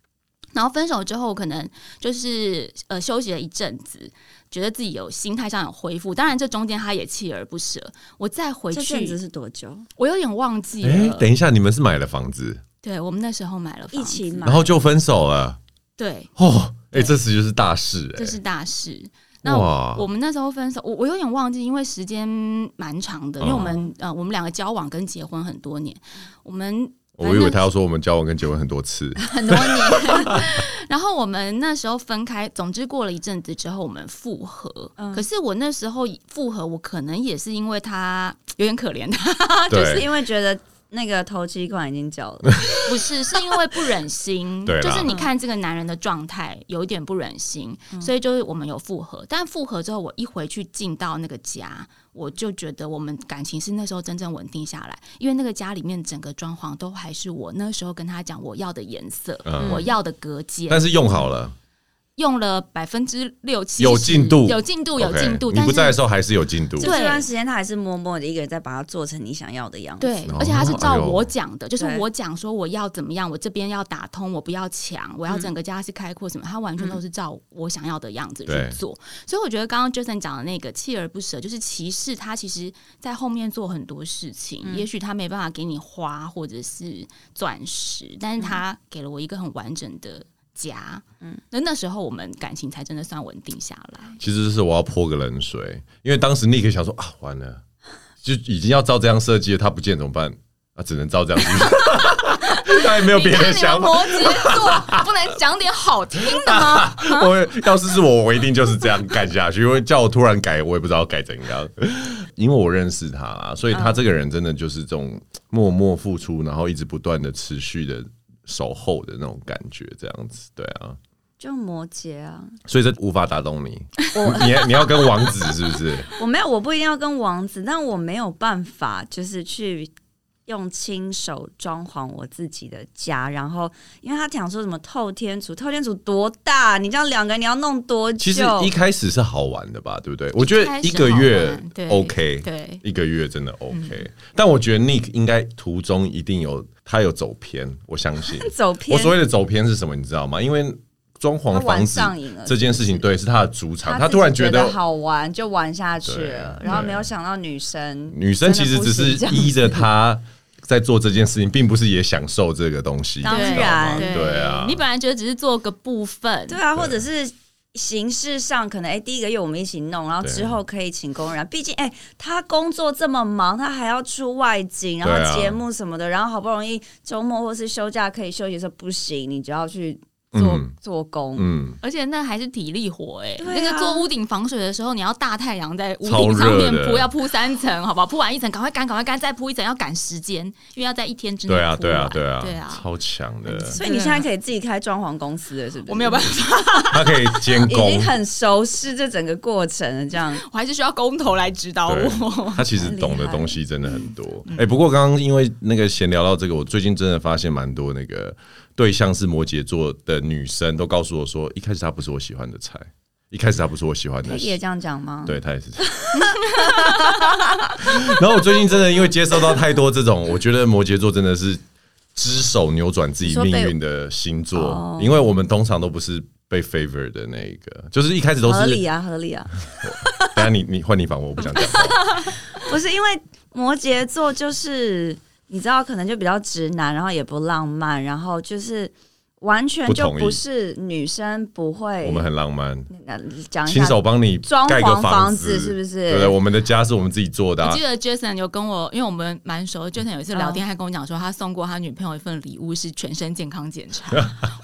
Speaker 1: 然后分手之后，可能就是呃休息了一阵子，觉得自己有心态上有恢复。当然，这中间他也锲而不舍。我再回
Speaker 4: 这阵子
Speaker 1: 去，
Speaker 4: 是多久？
Speaker 1: 我有点忘记了。
Speaker 3: 哎、等一下，你们是买了房子，
Speaker 1: 对我们那时候买了房
Speaker 4: 一起
Speaker 1: 子
Speaker 4: 买
Speaker 3: 然后就分手了，
Speaker 1: 对，
Speaker 3: 哦，哎、
Speaker 1: 对
Speaker 3: 这次就是大事、哎
Speaker 1: 这是大事。那
Speaker 3: 哇
Speaker 1: 我们那时候分手，我我有点忘记，因为时间蛮长的，因为我们、呃，我们两个交往跟结婚很多年，我们
Speaker 3: 我以为他要说我们交往跟结婚很多
Speaker 1: [LAUGHS]
Speaker 3: 次，
Speaker 2: 很多年，
Speaker 1: 然后我们那时候分开，总之过了一阵子之后，我们复合。
Speaker 4: 嗯
Speaker 1: 可是我那时候复合，我可能也是因为他有点可怜他，
Speaker 4: 是
Speaker 3: 对
Speaker 4: 因为觉得那个头期款已经缴
Speaker 3: [LAUGHS]
Speaker 4: 了，
Speaker 1: [LAUGHS] 不是，是因为不忍心。
Speaker 3: 对啦
Speaker 1: 就是你看这个男人的状态，有一点不忍心，所以就是我们有复合。但复合之后，我一回去进到那个家，我就觉得我们感情是那时候真正稳定下来，因为那个家里面整个装潢都还是我那时候跟他讲我要的颜色，
Speaker 3: 嗯
Speaker 1: 我要的隔间。
Speaker 3: 但是用好了，
Speaker 1: 用了百分之六七，
Speaker 3: 有进度
Speaker 1: 有进度，有
Speaker 3: OK，
Speaker 1: 进度。
Speaker 3: 你
Speaker 1: 但
Speaker 3: 不
Speaker 1: 是
Speaker 3: 在的时候还是有进度
Speaker 4: 就，这段时间他还是默默的一个人在把它做成你想要的样子。
Speaker 1: 对
Speaker 3: 哦，
Speaker 1: 而且他是照
Speaker 3: 哎呦
Speaker 1: 我讲的，就是
Speaker 4: 对
Speaker 1: 我讲说我要怎么样，我这边要打通，我不要抢，我要整个家是开阔什么，他完全都是照我想要的样子
Speaker 3: 对
Speaker 1: 去做。所以我觉得刚刚 Jason 讲的那个锲而不舍，就是骑士他其实在后面做很多事情，也许他没办法给你花或者是钻石，但是他给了我一个很完整的。家，嗯，那那时候我们感情才真的算稳定下来。
Speaker 3: 其实是我要泼个冷水，因为当时 Nick 想说啊，完了，就已经要照这样设计了，他不见怎么办？啊，只能照这样子， [LAUGHS] 他也没有别
Speaker 1: 你看
Speaker 3: 的
Speaker 1: 你们
Speaker 3: 想
Speaker 1: 摩
Speaker 3: 法。
Speaker 1: 羯座，不能讲点好听的吗？
Speaker 3: 我要是是我，我一定就是这样干下去，因为叫我突然改，我也不知道改怎样。因为我认识他啦，所以他这个人真的就是这种默默付出，然后一直不断的持续的守候的那种感觉，这样子，对啊，
Speaker 4: 就摩羯啊，
Speaker 3: 所以这无法打
Speaker 4: [LAUGHS]
Speaker 3: 动你，你你要跟王子是不是？
Speaker 4: 我没有，我不一定要跟王子，但我没有办法，就是去用亲手装潢我自己的家。然后，因为他讲说什么透天厝，透天厝多大？你这样两个人你要弄多久？
Speaker 3: 其实一开始是好玩的吧，对不对？我觉得一个
Speaker 1: 开始好
Speaker 3: 月
Speaker 1: 玩对
Speaker 3: OK，
Speaker 1: 对，
Speaker 3: 一个月真的 OK，、但
Speaker 4: 嗯
Speaker 3: 我觉得 Nick 应该途中一定有他有走偏，我相信。
Speaker 4: 走 [LAUGHS] 偏，
Speaker 3: 我所谓的走偏是什么，你知道吗？因为装潢
Speaker 4: 他玩
Speaker 3: 房子
Speaker 4: 上瘾了
Speaker 3: 这件事情，对，是他的主场，他
Speaker 4: 自己
Speaker 3: 突然觉
Speaker 4: 觉
Speaker 3: 得。
Speaker 4: 好玩就玩下去
Speaker 3: 对
Speaker 4: 了，
Speaker 3: 对
Speaker 4: 然后没有想到女生
Speaker 3: 女生其实只
Speaker 4: 真的
Speaker 3: 是
Speaker 4: 不行这样
Speaker 3: 依着他在做这件事情，并不是也享受这个东西，你知道
Speaker 4: 当
Speaker 3: 吗？
Speaker 4: 然
Speaker 3: 对啊，
Speaker 1: 你本来觉得只是做个部分，
Speaker 4: [LAUGHS] 对啊，或者是形式上可能哎、诶第一个月我们一起弄，然后
Speaker 3: 对
Speaker 4: 之后可以请工人啊。毕竟哎、诶他工作这么忙，他还要出外景，然
Speaker 3: 对啊
Speaker 4: 后节目什么的，然后好不容易周末或是休假可以休息的时候不行，你就要去做、
Speaker 3: 嗯
Speaker 4: 做工。
Speaker 3: 嗯，
Speaker 1: 而且那还是体力活哎、
Speaker 4: 对啊
Speaker 1: 那个做屋顶防水的时候，你要大太阳在屋
Speaker 3: 超
Speaker 1: 顶上
Speaker 3: 热
Speaker 1: 面
Speaker 3: 的
Speaker 1: 铺，要铺三层，好不好？铺完一层，赶快干，赶快干，再铺一层，要赶时间，因为要在一天之内
Speaker 3: 对啊，
Speaker 1: 铺
Speaker 3: 对啊，
Speaker 1: 完
Speaker 3: 对啊，
Speaker 1: 对啊。
Speaker 3: 超强 [LAUGHS] 的，
Speaker 4: 所以你现在可以自己开装潢公司了，是不是？
Speaker 1: 我没有办
Speaker 4: 法，
Speaker 1: 法，
Speaker 3: 他可以兼
Speaker 4: 已
Speaker 3: 工
Speaker 4: 经，很熟悉这整个过程了。这
Speaker 3: [LAUGHS]
Speaker 4: 样，
Speaker 1: 我还是需要工头来指导
Speaker 3: 对
Speaker 1: [LAUGHS] 我。
Speaker 3: 他其实懂的东西真的很多。
Speaker 1: 嗯
Speaker 3: 哎、不过刚刚因为那个闲聊到这个，我最近真的发现蛮多那个对象是摩羯座的女生都告诉我说，一开始她不是我喜欢的菜，一开始她不是我喜欢
Speaker 4: 可
Speaker 3: 的
Speaker 4: 以也这样讲吗？
Speaker 3: 对他也是 [LAUGHS] 这样。然后我最近真的因为接受到太多这种，我觉得摩羯座真的是只手扭转自己命运的星
Speaker 4: 你
Speaker 3: 座，
Speaker 4: 说被
Speaker 3: 因为我们通常都不是被 favor 的那一个，就是一开始都是
Speaker 4: 合。理啊，合理啊。
Speaker 3: 等一下你你换你反问，我不想讲话。
Speaker 4: 不是因为摩羯座就是你知道，可能就比较直男，然后也不浪漫，然后就是完全就
Speaker 3: 不同意
Speaker 4: 不是女生不会。
Speaker 3: 我们很浪漫，
Speaker 4: 呃讲一
Speaker 3: 亲
Speaker 4: 下
Speaker 3: 手帮你
Speaker 4: 装
Speaker 3: 盖个
Speaker 4: 潢房
Speaker 3: 子，
Speaker 4: 子是不是
Speaker 3: 对不对，我们的家是我们自己做的、
Speaker 1: 我
Speaker 3: 啊
Speaker 1: 记。得 Jason 有跟我，因为我们蛮熟的，Jason 有一次聊天还跟我讲说，他送过他女朋友一份礼物是全身健康检
Speaker 3: [LAUGHS]
Speaker 1: 查。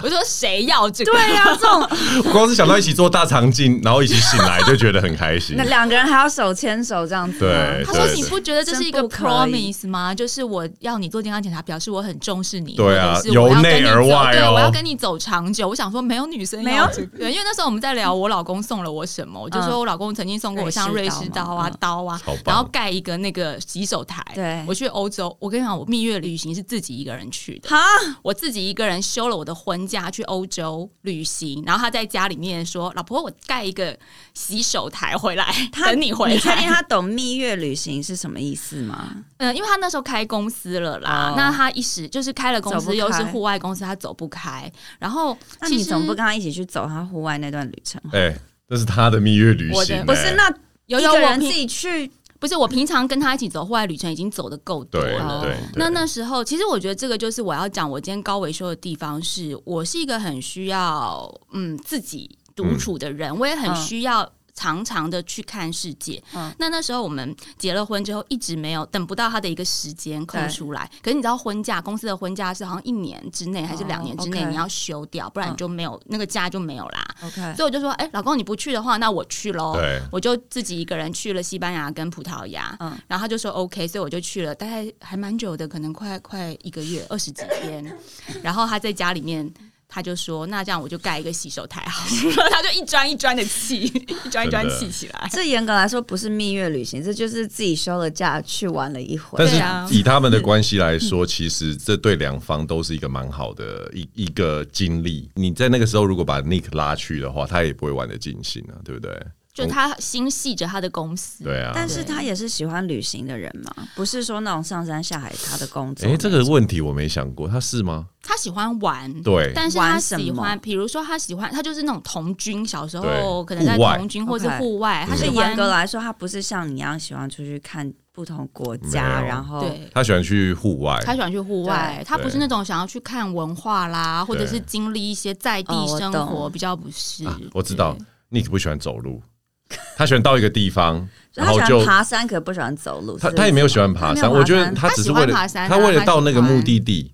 Speaker 1: 我说谁要这个？
Speaker 4: 对啊呀、这种
Speaker 3: 我光是想到一起做大肠镜，然后一起醒来，就觉得很开心
Speaker 4: 那。两个人还要手牵手这样子吗。啊
Speaker 3: 对
Speaker 1: 他说：“
Speaker 3: 对
Speaker 1: 你不觉得这是一个
Speaker 4: 真不可以
Speaker 1: promise 吗？就是我要你做健康检查，表示我很重视你。
Speaker 3: 对啊
Speaker 1: 或者是我要
Speaker 3: 由
Speaker 1: 跟
Speaker 3: 内
Speaker 1: 你
Speaker 3: 而
Speaker 1: 走
Speaker 3: 外
Speaker 1: 对，
Speaker 3: 哦
Speaker 1: 我要跟你走长久。我想说，没有女生
Speaker 4: 没有嗯
Speaker 1: 要这个，对，因为那时候我们在聊我老公送了我什么，我就说我老公曾经送过我像瑞
Speaker 4: 瑞士
Speaker 1: 士
Speaker 4: 刀
Speaker 1: 刀
Speaker 4: 嘛
Speaker 1: 啊
Speaker 4: 嗯、
Speaker 1: 刀啊
Speaker 3: 超棒，
Speaker 1: 然后盖一个那个洗手台。
Speaker 4: 对
Speaker 1: 我去欧洲，我跟你讲，我蜜月旅行是自己一个人去的，
Speaker 4: 哈，
Speaker 1: 我自己一个人休了我的婚假去欧洲旅行，然后他在家里面说：‘老婆，我盖一个洗手台回来，
Speaker 4: 他
Speaker 1: 等你回来。’
Speaker 4: 你确定他懂蜜月旅行是什么意思吗？
Speaker 1: 嗯，因为他那时候开公司了啦，
Speaker 4: 哦
Speaker 1: 那他一时就是开了公
Speaker 4: 走不
Speaker 1: 司，又是
Speaker 4: 开
Speaker 1: 户外公司，他走不开，来。然后，
Speaker 4: 那
Speaker 1: 其
Speaker 4: 你
Speaker 1: 实
Speaker 4: 总不跟他一起去走他户外那段旅程？
Speaker 3: 哎、这是他的蜜月旅
Speaker 1: 我
Speaker 3: 行、
Speaker 1: 的
Speaker 3: 哎
Speaker 4: 不是，那
Speaker 1: 有
Speaker 4: 一
Speaker 1: 有
Speaker 4: 个
Speaker 1: 我
Speaker 4: 人自
Speaker 1: 平
Speaker 4: 己去，
Speaker 1: 不是我平常跟他一起走户外旅程已经走的够多
Speaker 3: 对
Speaker 1: 了。
Speaker 4: 哦
Speaker 3: 对对，
Speaker 1: 那那时候，其实我觉得这个就是我要讲我今天高维修的地方是，我是一个很需要嗯自己独处的人，我也很
Speaker 4: 嗯
Speaker 1: 需要。常常的去看世界，
Speaker 4: 嗯
Speaker 1: 那那时候我们结了婚之后，一直没有等不到他的一个时间空
Speaker 4: 对
Speaker 1: 出来。可是你知道婚假，公司的婚假是好像一年之内还是两年之内
Speaker 4: 嗯，OK 嗯
Speaker 1: 你要休掉，不然你就没有、那个假就没有啦。
Speaker 4: OK，
Speaker 1: 所以我就说，哎、老公你不去的话，那我去喽。
Speaker 3: 对
Speaker 1: 我就自己一个人去了西班牙跟葡萄牙，
Speaker 4: 嗯
Speaker 1: 然后他就说 OK，所以我就去了，大概还蛮久的，可能快快一个月二十几
Speaker 4: [LAUGHS]
Speaker 1: 天。然后他在家里面，他就说那这样我就盖一个洗手台好了， [LAUGHS] 他就一砖一砖的砌，一砖一砖砌起来。
Speaker 4: 这严格来说不是蜜月旅行，这就是自己休了假去玩了一回。
Speaker 3: 但
Speaker 1: 对啊
Speaker 3: 是以他们的关系来说，其实这对两方都是一个蛮好的一一个经历。你在那个时候如果把 Nick 拉去的话，他也不会玩的尽兴啊，对不对？
Speaker 1: 就他心系着他的公司，
Speaker 3: 对啊。
Speaker 4: 但是他也是喜欢旅行的人嘛，不是说那种上山下海他的工作。
Speaker 3: 哎、这个问题我没想过，他是吗？
Speaker 1: 他喜欢玩，
Speaker 3: 对，
Speaker 1: 但是他
Speaker 4: 玩什么
Speaker 1: 喜欢，比如说他喜欢，他就是那种童军，小时候
Speaker 3: 对
Speaker 1: 可能在
Speaker 3: 户外嗯
Speaker 1: 童军或是
Speaker 4: OK
Speaker 1: 户外，他
Speaker 4: 所
Speaker 1: 喜
Speaker 4: 以
Speaker 1: 欢
Speaker 4: 严格来说，他不是像你一样喜欢出去看不同国家，
Speaker 3: 没有
Speaker 4: 然后
Speaker 1: 对。
Speaker 3: 他喜欢去户外，
Speaker 1: 他喜欢去户外，他不是
Speaker 3: 对
Speaker 1: 那种想要去看文化啦，或者是经历一些在
Speaker 4: 哦
Speaker 1: 地
Speaker 4: 我
Speaker 1: 生
Speaker 4: 懂
Speaker 1: 活，比较不是
Speaker 3: 啊。我知道 Nick 不喜欢走路，他喜欢到一个地方，
Speaker 4: 所以
Speaker 3: 然
Speaker 4: 他
Speaker 3: 后
Speaker 4: 喜
Speaker 3: 就
Speaker 4: 欢爬山，可不喜欢走路。
Speaker 3: 他
Speaker 4: 是不是
Speaker 3: 他也没有喜欢爬
Speaker 4: 他
Speaker 3: 山，
Speaker 4: 没有
Speaker 3: 我觉
Speaker 4: 爬山
Speaker 3: 得他只
Speaker 1: 他喜
Speaker 3: 是为
Speaker 1: 欢
Speaker 3: 了
Speaker 1: 爬山啊
Speaker 3: 他为了到那个目的地，
Speaker 1: 对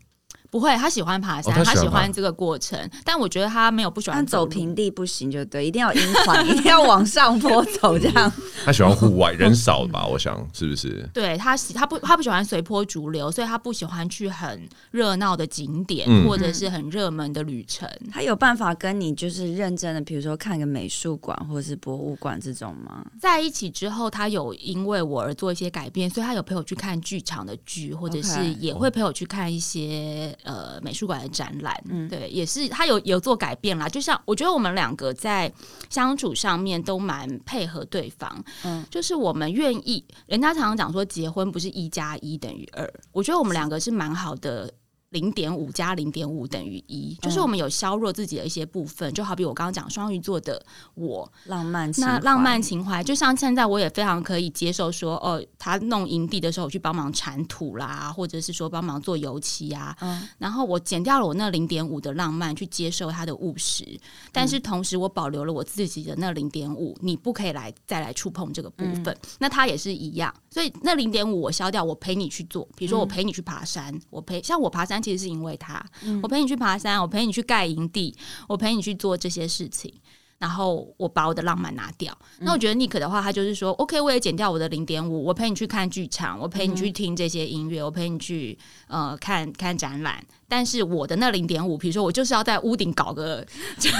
Speaker 1: 不会，他喜欢爬山，
Speaker 3: 哦他喜欢
Speaker 1: 喜欢
Speaker 3: 爬
Speaker 1: 这个过程，但我觉得他没有不喜
Speaker 4: 但
Speaker 1: 欢
Speaker 4: 走
Speaker 1: 路
Speaker 4: 平地不行，就对，一定要阴缓， [LAUGHS] 一定要往上坡走，这样
Speaker 3: 他喜欢户外，人少吧？我想是不是？
Speaker 1: 对他喜他不他不喜欢随波逐流，所以他不喜欢去很热闹的景点、
Speaker 3: 嗯
Speaker 1: 或者是很热门的旅程。
Speaker 4: [LAUGHS] 他有办法跟你就是认真的，比如说看个美术馆或者是博物馆这种吗？
Speaker 1: 在一起之后，他有因为我而做一些改变，所以他有陪我去看剧场的剧，或者是
Speaker 4: OK
Speaker 1: 也会陪我去看一些呃美术馆的展览。
Speaker 4: 嗯
Speaker 1: 对，也是他有有做改变啦。就像我觉得我们两个在相处上面都蛮配合对方，
Speaker 4: 嗯
Speaker 1: 就是我们愿意。人家常常讲说，结婚不是一加一等于二，我觉得我们两个是蛮好的。零点五加零点五等于一，
Speaker 4: 嗯
Speaker 1: 就是我们有削弱自己的一些部分，就好比我刚刚讲双鱼座的我，
Speaker 4: 浪漫情怀，
Speaker 1: 那浪漫情怀，就像现在我也非常可以接受说，哦，他弄营地的时候，我去帮忙铲土啦，或者是说帮忙做油漆啊，
Speaker 4: 嗯
Speaker 1: 然后我减掉了我那零点五的浪漫，去接受他的务实，但
Speaker 4: 嗯
Speaker 1: 是同时我保留了我自己的那零点五，你不可以来再来触碰这个部分。
Speaker 4: 嗯
Speaker 1: 那他也是一样，所以那零点五我消掉，我陪你去做，比如说我
Speaker 4: 嗯
Speaker 1: 陪你去爬山，我陪像我爬山其实是因为他，
Speaker 4: 嗯
Speaker 1: 我陪你去爬山，我陪你去盖营地，我陪你去做这些事情。然后我把我的浪漫拿掉。
Speaker 4: 嗯
Speaker 1: 那我觉得 Nick 的话，他就是说，OK，我也减掉我的零点五，我陪你去看剧场，我陪你
Speaker 4: 嗯
Speaker 1: 去听这些音乐，我陪你去呃看看展览。但是我的那零点五，比如说我就是要在屋顶搞个， [LAUGHS] 就是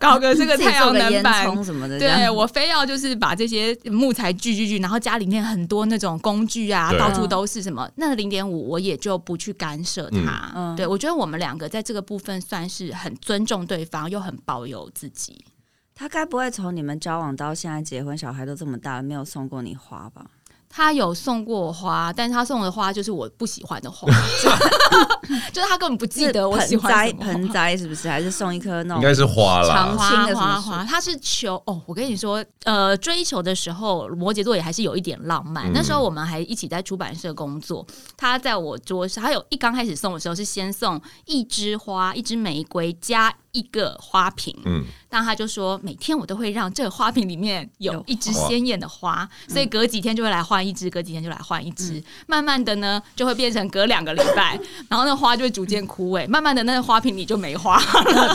Speaker 1: 搞个这个
Speaker 4: 自己
Speaker 1: 太
Speaker 4: 做
Speaker 1: 阳
Speaker 4: 个
Speaker 1: 能
Speaker 4: 烟
Speaker 1: 板，
Speaker 4: 囱什么的，这
Speaker 1: 对
Speaker 4: 样
Speaker 1: 我非要就是把这些木材锯锯锯，然后家里面很多那种工具啊，
Speaker 3: 对
Speaker 1: 到处都是什么，那零点五我也就不去干涉它。
Speaker 4: 嗯嗯
Speaker 1: 对我觉得我们两个在这个部分算是很尊重对方，又很保有自己。
Speaker 4: 他该不会从你们交往到现在结婚，小孩都这么大了，没有送过你花吧？
Speaker 1: 他有送过我花，但是他送的花就是我不喜欢的花， [LAUGHS] 就是他根本不记得我喜欢
Speaker 4: 是
Speaker 1: 什
Speaker 4: 盆
Speaker 1: 么
Speaker 4: 栽，
Speaker 1: 花
Speaker 4: 盆栽是不是？还是送一颗那种
Speaker 3: 应该是花啦
Speaker 4: 长。
Speaker 1: 花
Speaker 4: 青的什
Speaker 1: 花
Speaker 4: 么
Speaker 1: 花，他是求哦，我跟你说，呃，追求的时候，摩羯座也还是有一点浪漫。
Speaker 3: 嗯
Speaker 1: 那时候我们还一起在出版社工作，他在我桌上，他有一刚开始送的时候是先送一枝花、一支玫瑰加一个花瓶，
Speaker 3: 嗯，
Speaker 1: 但他就说每天我都会让这个花瓶里面有
Speaker 4: 有
Speaker 1: 一支
Speaker 3: 花
Speaker 1: 鲜艳的花，所以隔几天就会来换一支，
Speaker 3: 嗯
Speaker 1: 隔几天就来换一支，慢慢的呢就会变成隔两个礼拜，然后那花就会逐渐枯萎，慢慢的那个花瓶里就没花。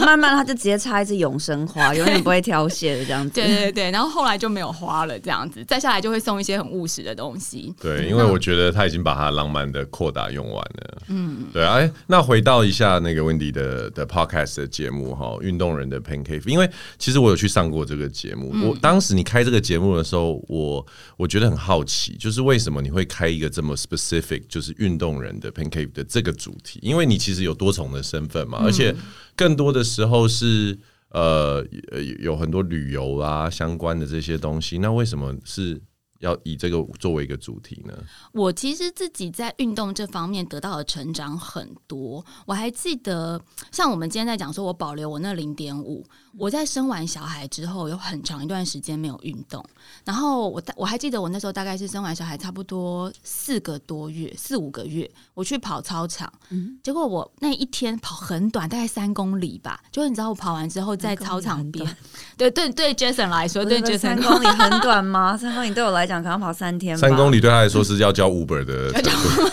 Speaker 4: 慢慢他就直接插一支永生花，永远不会凋谢的这样子。
Speaker 1: [LAUGHS] 对对对，然后后来就没有花了，这样子，再下来就会送一些很务实的东西。
Speaker 3: 对，因为我觉得他已经把他浪漫的扩大用完了。嗯，对啊。哎，那回到一下那个温迪的的 podcast 的节目哈，运动人的 Pancake，因为其实我有去上过这个节目。我当时你开这个节目的时候，我我觉得很好奇，就是为什么你会开一个这么 specific，就是运动人的 Pancake 的这个主题？因为你其实有多重的身份嘛，而且更多的时候是。呃，有有很多旅游啊相关的这些东西，那为什么是要以这个作为一个主题呢？
Speaker 1: 我其实自己在运动这方面得到的成长很多。我还记得，像我们今天在讲说，我保留我那零点五。我在生完小孩之后，有很长一段时间没有运动。然后我大我还记得，我那时候大概是生完小孩差不多四个多月，四五个月，我去跑操场。
Speaker 4: 嗯
Speaker 1: 结果我那一天跑很短，大概三公里吧。就是你知道，我跑完之后在
Speaker 4: 公里
Speaker 1: 操场
Speaker 4: 很
Speaker 1: 边
Speaker 4: 短，
Speaker 1: 对对对，Jason 来说，对
Speaker 4: 不是
Speaker 1: Jason
Speaker 4: 三公里很短吗？ [LAUGHS] 三公里对我来讲可能跑三天吧。
Speaker 3: 三公里对他来说是要交 Uber 的程度，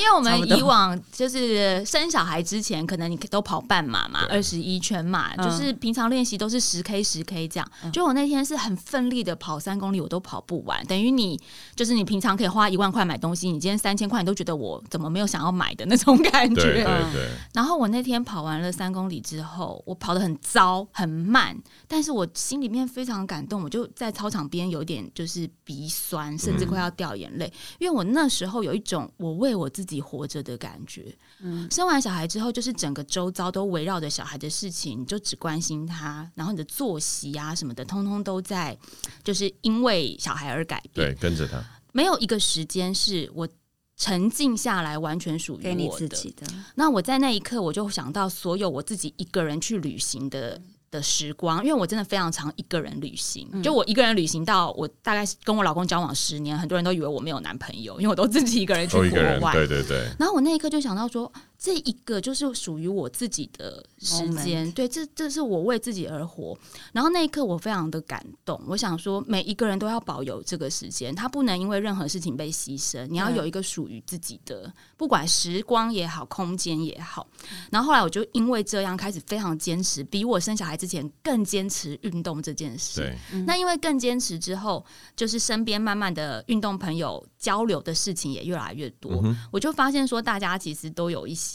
Speaker 1: 因为我
Speaker 4: [LAUGHS] 差不
Speaker 1: 们
Speaker 4: 多
Speaker 1: 以往就是生小孩之前，可能你都跑半马嘛，
Speaker 3: 对
Speaker 1: 二十一圈嘛，
Speaker 4: 嗯
Speaker 1: 就是平常练习都是十 K 十 K 这样。就我那天是很奋力的跑三公里，我都跑不完，等于你就是你平常可以花一万块买东西，你今天三千块，你都觉得我怎么没有想要买的那种感
Speaker 3: 对
Speaker 1: 觉。
Speaker 3: 对对，
Speaker 1: 然后我那天跑完了三公里之后，我跑得很糟很慢，但是我心里面非常感动，我就在操场边有一点就是鼻酸，甚至快要掉眼
Speaker 4: 嗯
Speaker 1: 泪，因为我那时候有一种我为我自己活着的感觉。
Speaker 4: 嗯
Speaker 1: 生完小孩之后，就是整个周遭都围绕着小孩的事情，你就只关心他，然后你的作息啊什么的，通通都在就是因为小孩而改变。
Speaker 3: 对，跟着他。
Speaker 1: 没有一个时间是我沉静下来完全属于
Speaker 4: 给你
Speaker 1: 我
Speaker 4: 自
Speaker 1: 的。
Speaker 4: 己的，
Speaker 1: 那我在那一刻，我就想到所有我自己一个人去旅行的的时光，因为我真的非常常一个人旅行。就我一个人旅行到我大概是跟我老公交往十年，很多人都以为我没有男朋友，因为我都自己一个人去
Speaker 3: 都一
Speaker 1: 国
Speaker 3: 个人，
Speaker 1: 外。
Speaker 3: 对对对，
Speaker 1: 然后我那一刻就想到说，这一个就是属于我自己的时间，对，这这是我为自己而活。然后那一刻我非常的感动，我想说每一个人都要保有这个时间，他不能因为任何事情被牺牲，你要
Speaker 4: 对
Speaker 1: 有一个属于自己的，不管时光也好，空间也好。然后后来我就因为这样开始非常坚持，比我生小孩之前更坚持运动这件事。
Speaker 3: 对，
Speaker 1: 那因为更坚持之后，就是身边慢慢的运动朋友交流的事情也越来越
Speaker 3: 嗯
Speaker 1: 多，我就发现说大家其实都有一些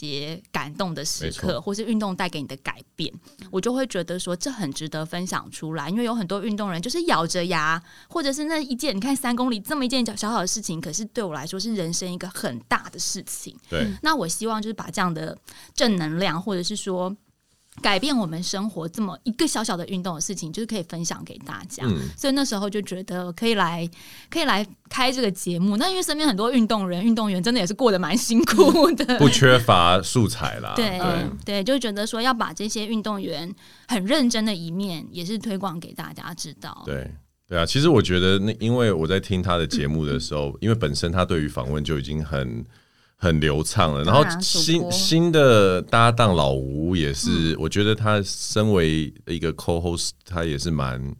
Speaker 1: 感动的时
Speaker 3: 没
Speaker 1: 刻，或是运动带给你的改变，我就会觉得说这很值得分享出来，因为有很多运动人就是咬着牙，或者是那一件你看三公里这么一件小小的事情，可是对我来说是人生一个很大的事情。
Speaker 3: 对，
Speaker 1: 那我希望就是把这样的正能量，或者是说改变我们生活这么一个小小的运动的事情，就是可以分享给大家。
Speaker 3: 嗯，
Speaker 1: 所以那时候就觉得可以来，可以来开这个节目。那因为身边很多运动人、运动员，真的也是过得蛮辛苦的。
Speaker 3: 嗯不缺乏素材啦，
Speaker 1: 对
Speaker 3: 对，
Speaker 1: 对，就觉得说要把这些运动员很认真的一面，也是推广给大家知道。
Speaker 3: 对。对啊，其实我觉得那，因为我在听他的节目的时候，因为本身他对于访问就已经很很流畅了，然后
Speaker 2: 当然主
Speaker 3: 新
Speaker 2: 播
Speaker 3: 新的搭档老吴也是，我觉得他身为一个 co-host，他也是蛮，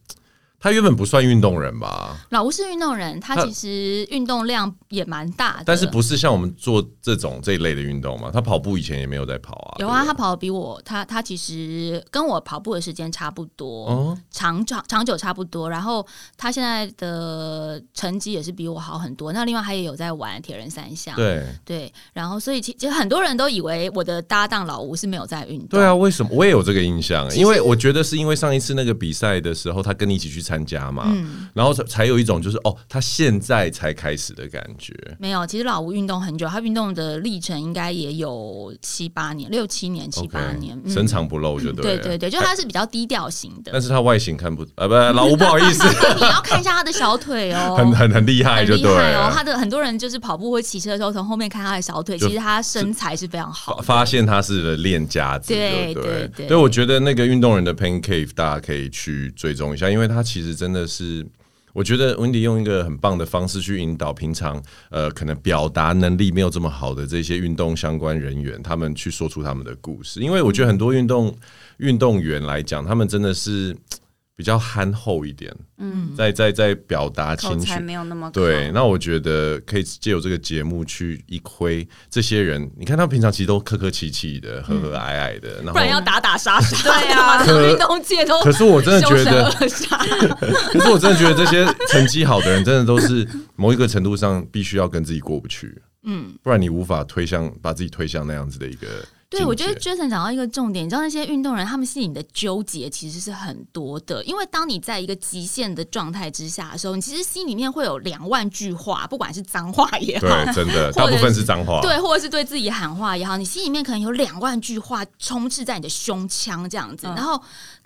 Speaker 3: 他原本不算运动人吧，
Speaker 1: 老吴是运动人，他
Speaker 3: 他
Speaker 1: 其实运动量也蛮大的，
Speaker 3: 但是不是像我们做这种这一类的运动嘛？他跑步以前也没有在跑啊，
Speaker 1: 有啊，
Speaker 3: 对
Speaker 1: 他
Speaker 3: 不对
Speaker 1: 跑得比我，他他其实跟我跑步的时间差不多，
Speaker 3: 哦
Speaker 1: 长长长久差不多。然后他现在的成绩也是比我好很多。那另外他也有在玩铁人三项，
Speaker 3: 对
Speaker 1: 对然后所以其其实很多人都以为我的搭档老吴是没有在运动，
Speaker 3: 对啊，为什么我也有这个印象？因为我觉得是因为上一次那个比赛的时候，他跟你一起去参加
Speaker 1: 嗯
Speaker 3: 嘛，然后才才有一种就是哦，他现在才开始的感觉。
Speaker 1: 没有。其实老吴运动很久，他运动的历程应该也有七八年、六七年、七
Speaker 3: OK，
Speaker 1: 八年，嗯
Speaker 3: 深藏不露就对
Speaker 1: 对
Speaker 3: 了。
Speaker 1: 对对，就他是比较低调型的
Speaker 3: 但。是他外形看不啊，不，老吴不
Speaker 1: [LAUGHS]
Speaker 3: 好意思，，
Speaker 1: 你要看一下他的小腿哦
Speaker 3: [LAUGHS] 很很很厉害
Speaker 1: 很
Speaker 3: 就
Speaker 1: 厉
Speaker 3: 对
Speaker 1: 害哦，
Speaker 3: 了。
Speaker 1: 他的很多人就是跑步或骑车的时候，从后面看他的小腿，
Speaker 3: 就
Speaker 1: 其实他身材是非常好
Speaker 3: 发
Speaker 1: 的。
Speaker 3: 发现他是练家子，
Speaker 1: 对
Speaker 3: 对不
Speaker 1: 对对
Speaker 3: 对，我觉得那个运动人的 Pain Cave 大家可以去追踪一下，因为他其实真的是。我觉得温迪用一个很棒的方式去引导平常呃可能表达能力没有这么好的这些运动相关人员，他们去说出他们的故事。因为我觉得很多运动运动员来讲，他们真的是比较憨厚一点，嗯，在在在表达
Speaker 4: 口
Speaker 3: 情绪
Speaker 4: 才没有那么好
Speaker 3: 对，，那我觉得可以借由这个节目去一窥这些人。你看他们平常其实都客客气气的、和和蔼蔼的，然
Speaker 1: 嗯不然要
Speaker 3: 后。
Speaker 1: 打打杀杀，对 [LAUGHS]
Speaker 4: 啊
Speaker 1: 运动界都
Speaker 3: 可是我真的觉得，
Speaker 1: 凶神恶煞
Speaker 3: 可是我真的觉得这些成绩好的人，真的都是某一个程度上必须要跟自己过不去，嗯，不然你无法推向把自己推向那样子的一个境界。
Speaker 1: 对，我觉得 Jason 讲到一个重点，你知道那些运动人他们心里的纠结其实是很多的，因为当你在一个极限的状态之下的时候，你其实心里面会有两万句话，不管是脏话也好，
Speaker 3: 对，真的大部分是脏话，
Speaker 1: 对，或者是对自己喊话也好，你心里面可能有两万句话充斥在你的胸腔这样子，
Speaker 4: 嗯
Speaker 1: 然后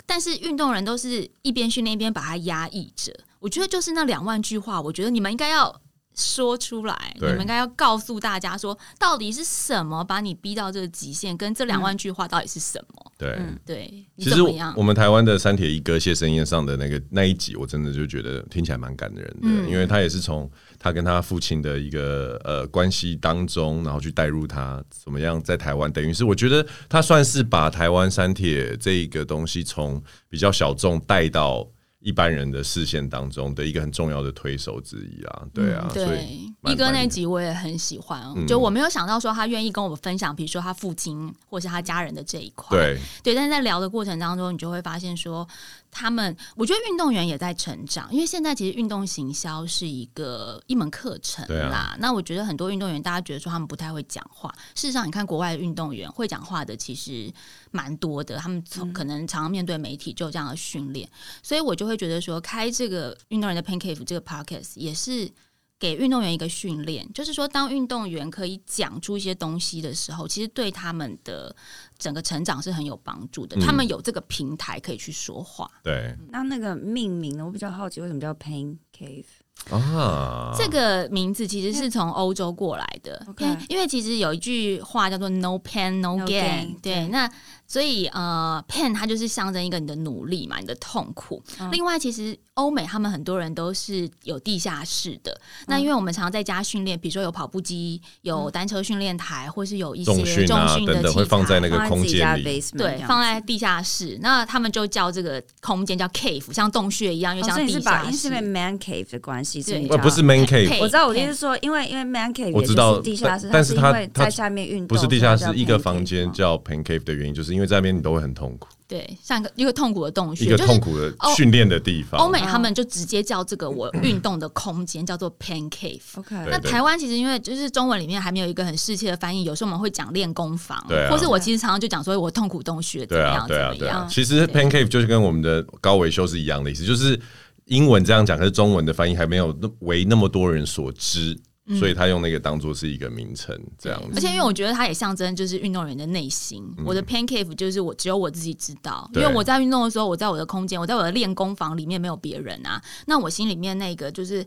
Speaker 1: 但是运动人都是一边训练一边把它压抑着。我觉得就是那两万句话，我觉得你们应该要说出来，你
Speaker 3: 对
Speaker 1: 们应该要告诉大家说，到底是什么把你逼到这个极限，跟这两万句话到底是什么？
Speaker 3: 对。
Speaker 4: 嗯
Speaker 1: 对你
Speaker 3: 其
Speaker 1: 怎
Speaker 3: 实
Speaker 1: 么
Speaker 3: 我
Speaker 1: 样
Speaker 3: 我？们台湾的三铁一哥谢生燕上的那个那一集，我真的就觉得听起来蛮感人的，
Speaker 1: 嗯
Speaker 3: 因为他也是从他跟他父亲的一个呃关系当中，然后去带入他怎么样在台湾，等于是我觉得他算是把台湾三铁这一个东西从比较小众带到一般人的视线当中的一个很重要的推手之一啊，对啊，所
Speaker 1: 嗯对
Speaker 3: 以，蛮
Speaker 1: 一哥
Speaker 3: 蛮
Speaker 1: 那集我也很喜欢哦，
Speaker 3: 嗯
Speaker 1: 就我没有想到说他愿意跟我们分享，比如说他父亲或是他家人的这一块。
Speaker 3: 对
Speaker 1: 对，但是在聊的过程当中，你就会发现说，他们我觉得运动员也在成长，因为现在其实运动行销是一个一门课程
Speaker 3: 对啊
Speaker 1: 啦。那我觉得很多运动员，大家觉得说他们不太会讲话，事实上你看国外的运动员会讲话的其实蛮多的，他们从可能常常面对媒体就有这样的训练，所以我就会觉得说，开这个运动员的 Pain Cave 这个 Podcast 也是。给运动员一个训练，就是说，当运动员可以讲出一些东西的时候，其实对他们的整个成长是很有帮助的。
Speaker 3: 嗯
Speaker 1: 他们有这个平台可以去说话，
Speaker 3: 对
Speaker 4: 那那个命名呢？我比较好奇，为什么叫 Pain Cave？
Speaker 3: 啊，
Speaker 1: 这个名字其实是从欧洲过来的，
Speaker 4: 嗯 OK
Speaker 1: 因为因为其实有一句话叫做 “no pain no
Speaker 4: No
Speaker 1: gain”，、
Speaker 4: gain，
Speaker 1: 对，那所以呃，pain 它就是象征一个你的努力嘛，你的痛苦。
Speaker 4: 嗯
Speaker 1: 另外，其实欧美他们很多人都是有地下室的，
Speaker 4: 嗯
Speaker 1: 那因为我们常在家训练，比如说有跑步机、有单车训练台，或是有一些
Speaker 3: 重训啊
Speaker 1: 重训的
Speaker 3: 等等
Speaker 1: 器
Speaker 3: 会放在
Speaker 1: 材
Speaker 3: 那个
Speaker 4: 放在
Speaker 3: 空
Speaker 4: 自己家
Speaker 3: 间
Speaker 4: 的
Speaker 3: 里，
Speaker 4: basement，
Speaker 1: 对，
Speaker 4: 这样
Speaker 1: 放在地下室，那他们就叫这个空间叫 cave，像洞穴一样，又
Speaker 4: 哦
Speaker 1: 像
Speaker 4: 所以你
Speaker 1: 地
Speaker 4: 是把
Speaker 1: 下
Speaker 4: 因为是
Speaker 1: 室
Speaker 4: 因。为 man cave 的关系，所以
Speaker 1: 对
Speaker 4: 你
Speaker 3: 呃
Speaker 4: 叫
Speaker 3: 不是 main cave，
Speaker 1: Cave
Speaker 4: 我知道，我的意思是说，因为因为 man cave
Speaker 3: 我
Speaker 4: 也
Speaker 3: 知
Speaker 4: 就
Speaker 3: 道
Speaker 4: 是地下室，
Speaker 3: 但但是
Speaker 4: 是
Speaker 3: 它
Speaker 4: 因为
Speaker 3: 它
Speaker 4: 在下面运动，
Speaker 3: 不是地下
Speaker 4: 所
Speaker 3: 室，
Speaker 4: 以
Speaker 3: 一
Speaker 4: 它叫
Speaker 3: 个
Speaker 4: pain
Speaker 3: 房间
Speaker 4: cave
Speaker 3: 叫 Pain Cave 的原因，就是因为在那边你都会很痛苦，
Speaker 1: 对，像一个一个痛苦的洞
Speaker 3: 一
Speaker 1: 穴，就
Speaker 3: 个
Speaker 1: 是
Speaker 3: 痛苦的
Speaker 1: 哦
Speaker 3: 训练的地方。
Speaker 1: 欧美他们就直接叫这个
Speaker 3: [COUGHS]
Speaker 1: 我运动的空间叫做 pain cave。
Speaker 4: 嘛 OK，
Speaker 3: 对
Speaker 1: 那台湾其实因为就是中文里面还没有一个很适切的翻译，有时候我们会讲练功房，
Speaker 3: 对啊
Speaker 1: 或是我其实常常就讲说我痛苦洞穴怎
Speaker 3: 对
Speaker 1: 么
Speaker 3: 啊
Speaker 1: 样，怎
Speaker 3: 对啊，
Speaker 1: 么
Speaker 3: 对啊
Speaker 1: 样。。
Speaker 3: 其实
Speaker 1: 对
Speaker 3: Pain Cave 就是跟我们的高维修是一样的意思，就是英文这样讲，可是中文的翻译还没有那为那么多人所知，
Speaker 1: 嗯
Speaker 3: 所以他用那个当做是一个名称这样
Speaker 1: 而
Speaker 3: 子。
Speaker 1: 且因为我觉得它也象征就是运动员的内心。我的 pain cave 就是我只有我自己知道，因
Speaker 3: 对
Speaker 1: 为我在运动的时候，我在我的空间，我在我的练功房里面没有别人啊。那我心里面那个就是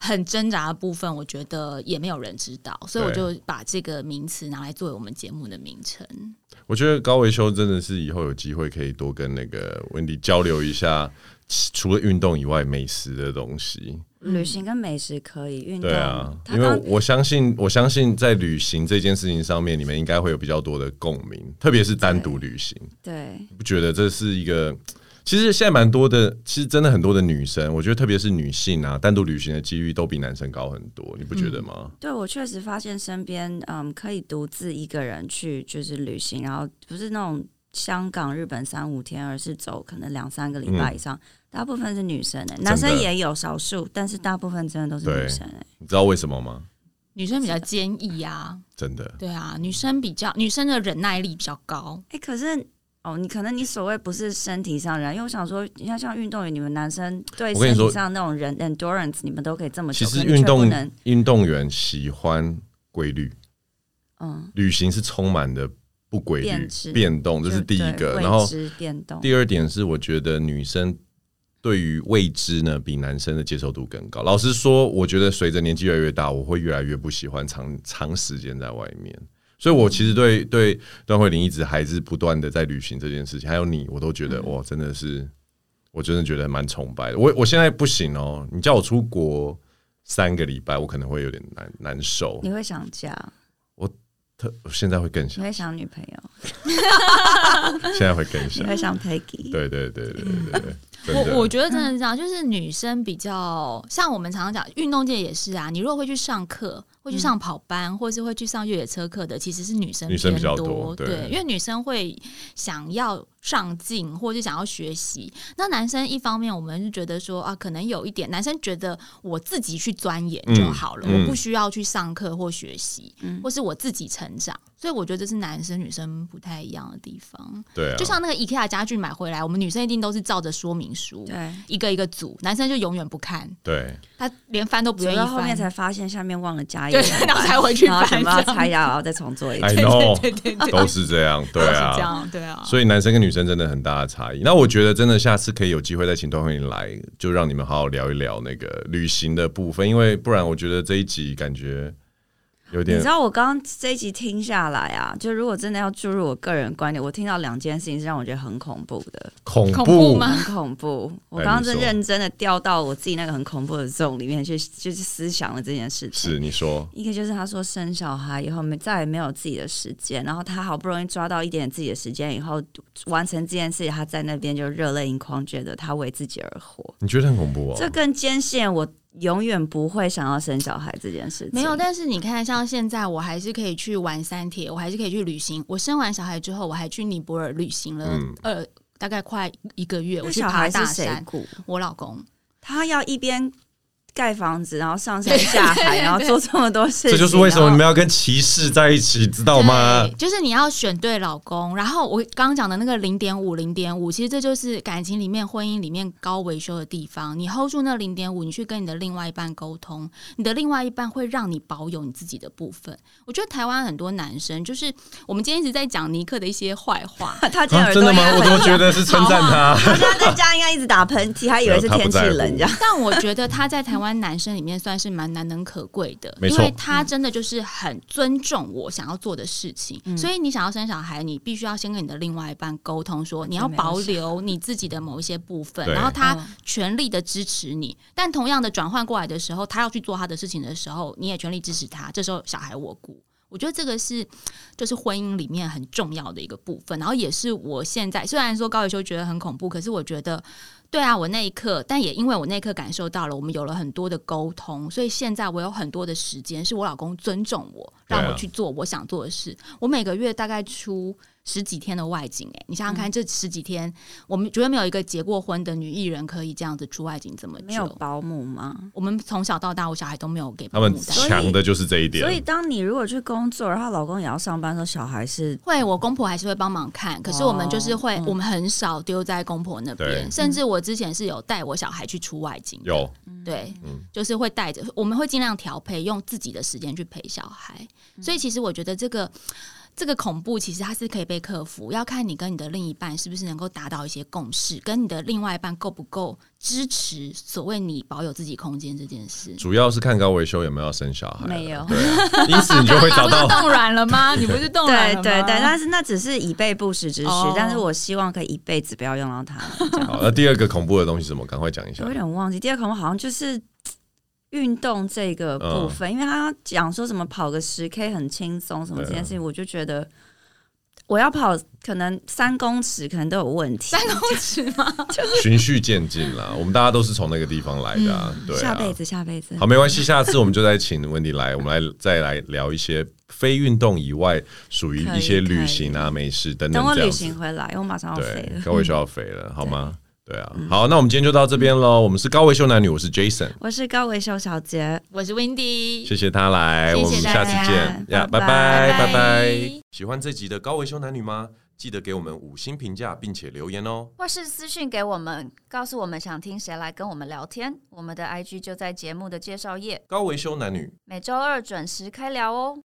Speaker 1: 很挣扎的部分，我觉得也没有人知道，所以我就把这个名词拿来作为我们节目的名称。
Speaker 3: 我觉得高维修真的是以后有机会可以多跟那个温迪交流一下，其除了运动以外美食的东西。
Speaker 4: 旅行跟美食可以运动，
Speaker 3: 对啊，
Speaker 4: 它
Speaker 3: 因为
Speaker 4: 刚
Speaker 3: 我相信，我相信在旅行这件事情上面，你们应该会有比较多的共鸣，特别是单独旅行。
Speaker 4: 对
Speaker 3: 不觉得这是一个？其实现在蛮多的，其实真的很多的女生，我觉得特别是女性啊，单独旅行的几率都比男生高很多，你不觉得吗？
Speaker 4: 对，我确实发现身边嗯可以独自一个人去就是旅行，然后不是那种香港、日本三五天，而是走可能两三个礼
Speaker 3: 嗯
Speaker 4: 拜以上。大部分是女生诶、男生也有少数，但是大部分真的都是
Speaker 3: 对
Speaker 4: 女生欸诶、
Speaker 3: 你知道为什么吗？
Speaker 1: 女生比较坚毅啊，
Speaker 3: 真的，
Speaker 1: 对啊，女生比较女生的忍耐力比较高。
Speaker 4: 哎、可是哦，你可能你所谓不是身体上人，因为我想说，你看像运动员，你们男生对
Speaker 3: 我跟你
Speaker 4: 身
Speaker 3: 说
Speaker 4: 体上那种人 endurance，你们都可以这么
Speaker 3: 其
Speaker 4: 久，
Speaker 3: 实
Speaker 4: 可是你
Speaker 3: 运
Speaker 4: 却不
Speaker 3: 动
Speaker 4: 能，
Speaker 3: 运动员喜欢规律，
Speaker 4: 嗯，
Speaker 3: 旅行是充满了不规律
Speaker 4: 变、质
Speaker 3: 变动，这是
Speaker 4: 就
Speaker 3: 第一
Speaker 4: 对
Speaker 3: 个。
Speaker 4: 未
Speaker 3: 然后
Speaker 4: 知变动，
Speaker 3: 第二点是，我觉得女生对于未知呢，比男生的接受度更高。老实说，我觉得随着年纪越来越大，我会越来越不喜欢长长时间在外面。所以，我其实对对段慧玲一直还是不断的在旅行这件事情，还有你，我都觉
Speaker 1: 嗯
Speaker 3: 得哇，真的是，我真的觉得蛮崇拜的。我我现在不行哦，你叫我出国三个礼拜，我可能会有点难难受
Speaker 1: 嗯
Speaker 4: 你。会想家，
Speaker 3: 特我现在会更
Speaker 4: 你
Speaker 3: 想，
Speaker 4: 会想女朋友，
Speaker 1: 嗯
Speaker 3: 现在会更
Speaker 4: 你
Speaker 3: 想。
Speaker 4: 会想 Peggy，
Speaker 3: 对对对对对对，真的
Speaker 1: 我我觉得真的是这样，就是女生比较像我们常常讲，运动界也是啊。你如果会去上课，会去上跑班，或是会去上越野车课的，其实是女生
Speaker 3: 女生比较
Speaker 1: 偏
Speaker 3: 多对
Speaker 1: 对，因为女生会想要上进，或是想要学习。那男生一方面我们是觉得说啊，可能有一点男生觉得我自己去钻研就好了，
Speaker 3: 嗯嗯
Speaker 1: 我不需要去上课或学习，
Speaker 4: 嗯
Speaker 1: 或是我自己成长。所以我觉得这是男生女生不太一样的地方。
Speaker 3: 对啊，
Speaker 1: 就像那个 IKEA 家具买回来，我们女生一定都是照着说明书，
Speaker 4: 对。
Speaker 1: 一个一个组，男生就永远不看， [LAUGHS]
Speaker 3: 对。
Speaker 1: 他连翻都不
Speaker 4: 走
Speaker 1: 愿意
Speaker 4: 到
Speaker 1: 翻。
Speaker 4: 后面才发现下面忘了加一
Speaker 1: 对
Speaker 4: 怎么办
Speaker 1: 然后才回去
Speaker 4: 然后
Speaker 1: 翻
Speaker 4: 全部要
Speaker 1: 这样
Speaker 4: 拆掉，然后再重做一
Speaker 3: 哎
Speaker 4: 次。
Speaker 1: 对 [LAUGHS]
Speaker 3: know
Speaker 1: 对对对对，
Speaker 3: 都是这样，对
Speaker 1: 都是这
Speaker 3: 啊。
Speaker 1: 样，对啊。
Speaker 3: 所以男生跟女生真的很大的差异。那我觉得真的下次可以有机会再请段慧玲来，就让你们好好聊一聊那个旅行的部分，因为不然我觉得这一集感觉有
Speaker 4: 你
Speaker 3: 点
Speaker 4: 知道我刚刚这一集听下来啊，就如果真的要注入我个人观点，我听到两件事情是让我觉得很恐怖
Speaker 1: [LAUGHS]
Speaker 4: 的，
Speaker 3: 恐
Speaker 1: 恐怖吗
Speaker 4: 很恐怖。
Speaker 3: 哎
Speaker 4: 我刚刚真认真的掉到我自己那个很恐怖的 zone 里面去，就是思想了这件事情。
Speaker 3: 是你说
Speaker 4: 一个就是他说生小孩以后没再也没有自己的时间，然后他好不容易抓到一点自己的时间以后，完成这件事情，他在那边就热泪盈眶，觉得他为自己而活，
Speaker 3: 你觉得很恐怖哦？
Speaker 4: 这更坚信我永远不会想要生小孩这件事情。
Speaker 1: 没有，但是你看，像现在我还是可以去玩三铁，我还是可以去旅行。我生完小孩之后，我还去尼泊尔旅行了，
Speaker 3: 嗯
Speaker 1: 呃，大概快一个月，我
Speaker 4: 那
Speaker 1: 去
Speaker 4: 小
Speaker 1: 爬
Speaker 4: 孩
Speaker 1: 大
Speaker 4: 是谁
Speaker 1: 山。
Speaker 4: 雇？
Speaker 1: 我老公，
Speaker 4: 他要一边盖房子，然后上山下海，然后做这么多事情，
Speaker 3: 这就是为什么
Speaker 4: 然
Speaker 3: 你
Speaker 4: 后
Speaker 3: 们要跟骑士在一起，知道吗啊
Speaker 1: 对？就是你要选对老公。然后我刚刚讲的那个零点五，零点五，其实这就是感情里面、婚姻里面高维修的地方。你 hold 住那零点五，你去跟你的另外一半沟通，你的另外一半会让你保有你自己的部分。我觉得台湾很多男生，就是我们今天一直在讲尼克的一些坏话，
Speaker 4: 他这
Speaker 3: 啊
Speaker 4: 耳
Speaker 3: 真
Speaker 4: 朵
Speaker 3: 的
Speaker 4: 应
Speaker 3: 吗？
Speaker 4: 该
Speaker 3: 我怎么觉得是称赞他？
Speaker 4: 他现在在家应该一直打喷嚏，他以为是天气冷这样。
Speaker 1: [LAUGHS] 但我觉得他在台湾男生里面算是蛮难能可贵的，
Speaker 3: 没
Speaker 1: 因
Speaker 3: 错
Speaker 1: 为他真的就是很尊重我想要做的事情。所以你想要生小孩，你必须要先跟你的另外一半沟通说，你要保留你自己的某一些部分，
Speaker 3: 对啊
Speaker 1: 然后他全力的支持你。但同样的转换过来的时候，他要去做他的事情的时候，你也全力支持他。这时候小孩我顾。我觉得这个是，就是婚姻里面很重要的一个部分，然后也是我现在虽然说高以修觉得很恐怖，可是我觉得对啊，我那一刻，但也因为我那一刻感受到了，我们有了很多的沟通，所以现在我有很多的时间，是我老公尊重我，
Speaker 3: 对啊
Speaker 1: 让我去做我想做的事。我每个月大概出十几天的外景、哎，你想想
Speaker 4: 嗯
Speaker 1: 看，这十几天，我们绝对没有一个结过婚的女艺人可以这样子出外景这么
Speaker 4: 没有
Speaker 1: 久。
Speaker 4: 保姆吗？
Speaker 1: 我们从小到大，我小孩都没有给
Speaker 3: [LAUGHS] 他
Speaker 1: 保
Speaker 3: 们
Speaker 1: 姆带。
Speaker 3: 强的就是这一
Speaker 4: 所以，
Speaker 3: 点。
Speaker 4: 当你如果去工作，然后老公也要上班的时候，小孩是
Speaker 1: 会，我公婆还是会帮忙看，可是我们就是会，
Speaker 4: 哦嗯嗯
Speaker 1: 我们很少丢在公婆那边，
Speaker 3: 对
Speaker 1: 甚至我之前是有带我小孩去出外景的，
Speaker 3: 有，
Speaker 1: 对，
Speaker 3: 嗯
Speaker 1: 就是会带着，我们会尽量调配，用自己的时间去陪小孩。所以其实我觉得这个这个恐怖，其实它是可以被克服，要看你跟你的另一半是不是能够达到一些共识，跟你的另外一半够不够支持所谓你保有自己空间这件事。
Speaker 3: 主要是看高维修有没有要生小孩，
Speaker 4: 没有
Speaker 3: 对啊，因此你就会找
Speaker 1: 不 [LAUGHS] 是
Speaker 3: 到
Speaker 1: 冻软了
Speaker 3: [LAUGHS]
Speaker 1: 吗？你不是冻
Speaker 4: 对
Speaker 1: 软了吗？
Speaker 4: 对对，但是那只是以备不时之需
Speaker 1: 哦。
Speaker 4: 但是我希望可以一辈子不要用到它。
Speaker 3: [LAUGHS] 好，那第二个恐怖的东西是什么？赶快讲一下
Speaker 4: 我有。点忘记第二恐怖好像就是嘖运动这个部
Speaker 3: 嗯
Speaker 4: 分，因为他讲说什么跑个十 K 很轻松什么
Speaker 3: 对啊
Speaker 4: 这件事情，我就觉得我要跑可能三公尺可能都有问题，
Speaker 1: 三公尺吗？ [LAUGHS]
Speaker 3: 循序渐进啦，我们大家都是从那个地方来的啊，对
Speaker 4: 嗯下
Speaker 3: 啊。
Speaker 4: 辈子下辈子
Speaker 3: 好，没关系，下次我们就再请温迪来，我们来再来聊一些非运动以外，属于一些旅行啊、美食等
Speaker 4: 等我旅
Speaker 3: 这样子。
Speaker 4: 行回来，我马上要飞
Speaker 3: 对，
Speaker 4: 了。
Speaker 3: 高维修要肥了，好吗？对啊，好，那我们今天就到这边喽。我们是高维修男女，我是 Jason，
Speaker 4: 我是高维修小姐，
Speaker 1: 我是 Wendy，
Speaker 3: 谢谢他来，
Speaker 1: 谢谢
Speaker 3: 我们下次
Speaker 4: 大家
Speaker 3: 见呀，
Speaker 4: 拜
Speaker 3: 拜拜拜
Speaker 1: 拜
Speaker 3: 拜。喜欢这集的高维修男女吗？记得给我们五星评价，并且留言哦。
Speaker 2: [LAUGHS] 或是私讯给我们，告诉我们想听谁来跟我们聊天。我们的 IG 就在节目的介绍页，
Speaker 3: 高维修男女，
Speaker 2: 每周二准时开聊哦。